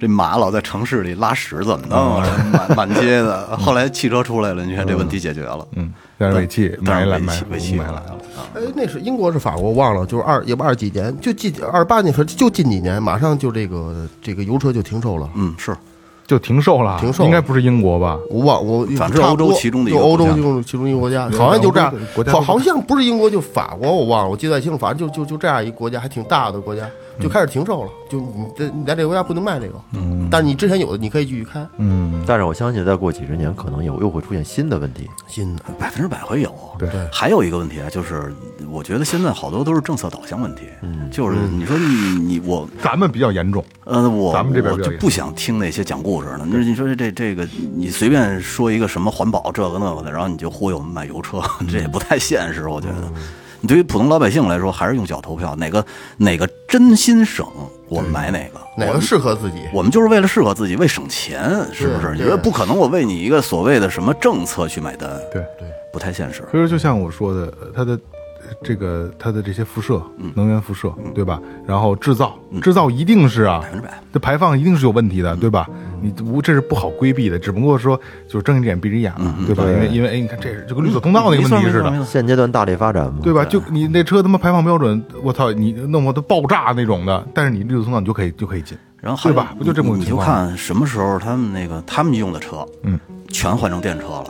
C: 这马老在城市里拉屎怎么弄啊？满满街的。后来汽车出来了，你看这问题解决了。
A: 哦嗯，但是尾气
C: 但
A: 埋
C: 是
A: 了
C: 尾
A: 埋
C: 气尾气
A: 埋
C: 来
A: 了。
C: 了啊！
B: 哎，那是英国是法国，忘了，就是二也不二几年，就近二八年份，就近几年，马上就这个这个油车就停售了。
C: 嗯，是
A: 就停售了，
B: 停售了
A: 应该不是英国吧？
B: 我忘我
C: 反正是欧洲
B: 差不多
C: 其中的一
B: 就
C: 个国
B: 欧洲
C: 家
B: 其中其中一个国家，
A: 对
B: 好像就这样
A: 欧洲的国，家
B: 好
A: 都是
B: 好像不是英国就法国，我忘了，我记不太清楚，反正就就就这样一个国家，还挺大的国家，
C: 嗯
B: 就开始停售了，就你在你在这个国家不能卖这个，嗯，但是你之前有的你可以继续开，
A: 嗯，
D: 但是我相信再过几十年，可能有又会出现新的问题。
B: 新的，
C: 百分之百会有。
A: 对对
C: 还有一个问题啊，就是我觉得现在好多都是政策导向问题。嗯，就是你说你你我
A: 咱们比较严重，
C: 呃，我
A: 咱们这边
C: 我
A: 比较
C: 就
A: 严
C: 不想听那些讲故事的。那你说这这个，你随便说一个什么环保这个那个的，然后你就忽悠我们买油车，这也不太现实，我觉得。
A: 嗯
C: 你对于普通老百姓来说，还是用脚投票，哪个哪个真心省，我
A: 嗯
C: 们买哪个。
B: 哪个适合自己？
C: 我们就是为了适合自己，为省钱，是不是？你
B: 对
C: 说不可能，我为你一个所谓的什么政策去买单，
A: 对。
C: 不太现实。
A: 所以说，就像我说的，呃它的呃这个它的这些辐射，
C: 嗯
A: 能源辐射，对吧？然后制造，制造一定是啊
C: 百，分之百，
A: 这排放一定是有问题
C: 嗯
A: 的，对吧？你无这是不好规避的，只不过说就是睁一只眼闭一只眼了，对吧？因为因为哎，你看这是就跟绿色通道那个
C: 没
A: 问
C: 错
A: 题似
C: 嗯没错
A: 的。
C: 没错
D: 现阶段大力发展嘛，
A: 对吧？就你那车他妈排放标准，我操，你弄我都爆炸那种的，但是你绿色通道你就可以就可以进，
C: 然后还有
A: 对吧不就这么个
C: 你你就
A: 情况
C: 看什么时候他们那个他们用的车，
A: 嗯，
C: 全换成电车了，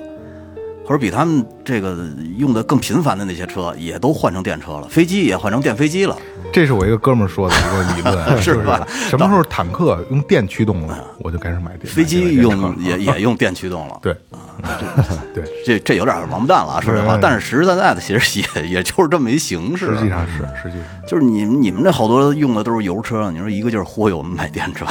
C: 或者比他们这个用的更频繁的那些车也都换成电车了，飞机也换成电飞机了，
A: 这是我一个哥们儿说的一个理论，
C: [laughs] 是
A: 就是
C: 吧啊
A: 什么时候坦克用电驱动了，我就开始买电
C: 飞
A: 买
C: 机
A: 电车
C: 用
A: 了
C: 也
A: [laughs]
C: 也用电驱动了。
A: 对，
C: 这这有点王八蛋了啊，说实话。但是实实在在的，其实也也就是这么一形式。啊
A: 实际上是实际上是。
C: 就是你们你们这好多用的都是油车，你说一个劲儿忽悠我们买电车，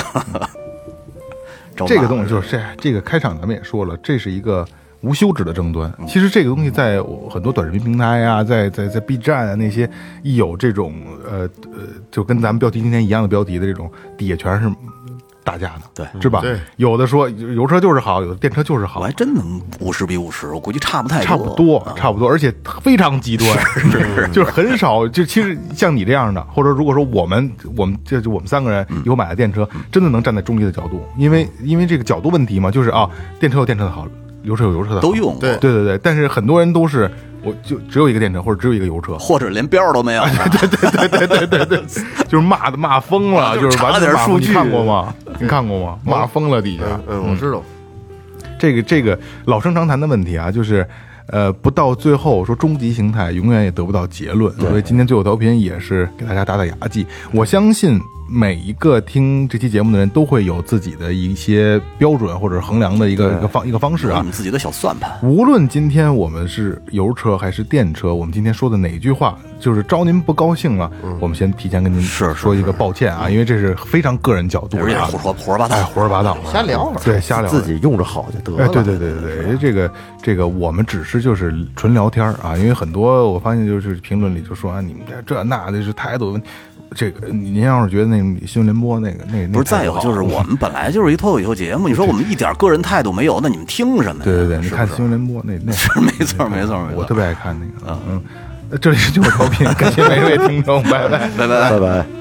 C: [laughs] 找
A: 嗯这个
C: 麻
A: 东西就是这
C: 啊
A: 这个开场咱们也说了，这是一个无休止的争端。
C: 嗯
A: 其实这个东西在我很多短视频平台啊，在在在 B 站啊那些一有这种呃呃，就跟咱们标题今天一样的标题的这种，底下全是打架的，
C: 对
A: 是吧？
B: 对
A: 有的说油车就是好，有的电车就是
C: 我
A: 好
C: 还。真能五十比五十，我估计差不太啊
A: 差不多，差不多，而且非常
C: [laughs]
A: 极端， [laughs] 就是很少。就其实像你这样的，或者如果说我们我们这就我们三个人
C: 嗯
A: 以后买了电车，真的能站在中立的角度，因为因为这个角度问题嘛，就是啊，电车有电车的好，油车有油车的好
C: 都用过
B: 对
A: 对对对，但是很多人都是我就只有一个电车或者只有一个
C: [laughs]，
A: 油车
C: 或者连标都没有。啊
A: [laughs] 对对
C: [laughs]
A: 对对对，就是骂的骂疯了，
C: 就是
A: 是完全
C: 查点
A: 骂疯
C: 数
A: 你
C: 据
A: 看过吗？你看过吗？骂疯了底下。
B: 嗯嗯，我知道，
A: 这个这个老生常谈的问题啊，就是。呃，不到最后说终极形态，永远也得不到结论。所以今天最后调频也是给大家打打牙祭。我相信每一个听这期节目的人都会有自己的一些标准或者衡量的一个一个方一个方式
C: 有
A: 啊
C: 你。们自己的小算盘。
A: 无论今天我们是油车还是电车，我们今天说的哪句话，就是招您不高兴了，我们先提前跟您
C: 嗯是是
A: 说一个抱歉啊，因为这是非常个人角度
C: 而且
A: 的啊，
C: 胡说胡说八道
A: 哎，胡说八道，
B: 瞎聊会儿
A: 对，瞎聊
D: 自
A: 会儿。
D: 己用着好就得
A: 哎，
D: 了。
A: 对对对对对，这个这个，我们只是就是纯聊天儿啊，因为很多我发现就是评论里就说啊，你们这这那的是态度有问题，这个您要是觉得那个新闻联播那个那个那
C: 不是，
A: 态
C: 再
A: 度
C: 有
A: 好
C: 就是我们本来就是一脱口秀节目，你说我们一点个人态度没有，那你们听什么呀？
A: 对对对，你
C: 是不
A: 看
C: 是
A: 新闻联播那那
C: [laughs] 是没错没错没错。
A: 我嗯呃特别爱看那个，嗯，这里是九头频，感谢每位听众，拜拜。
C: 拜拜。
D: 拜拜。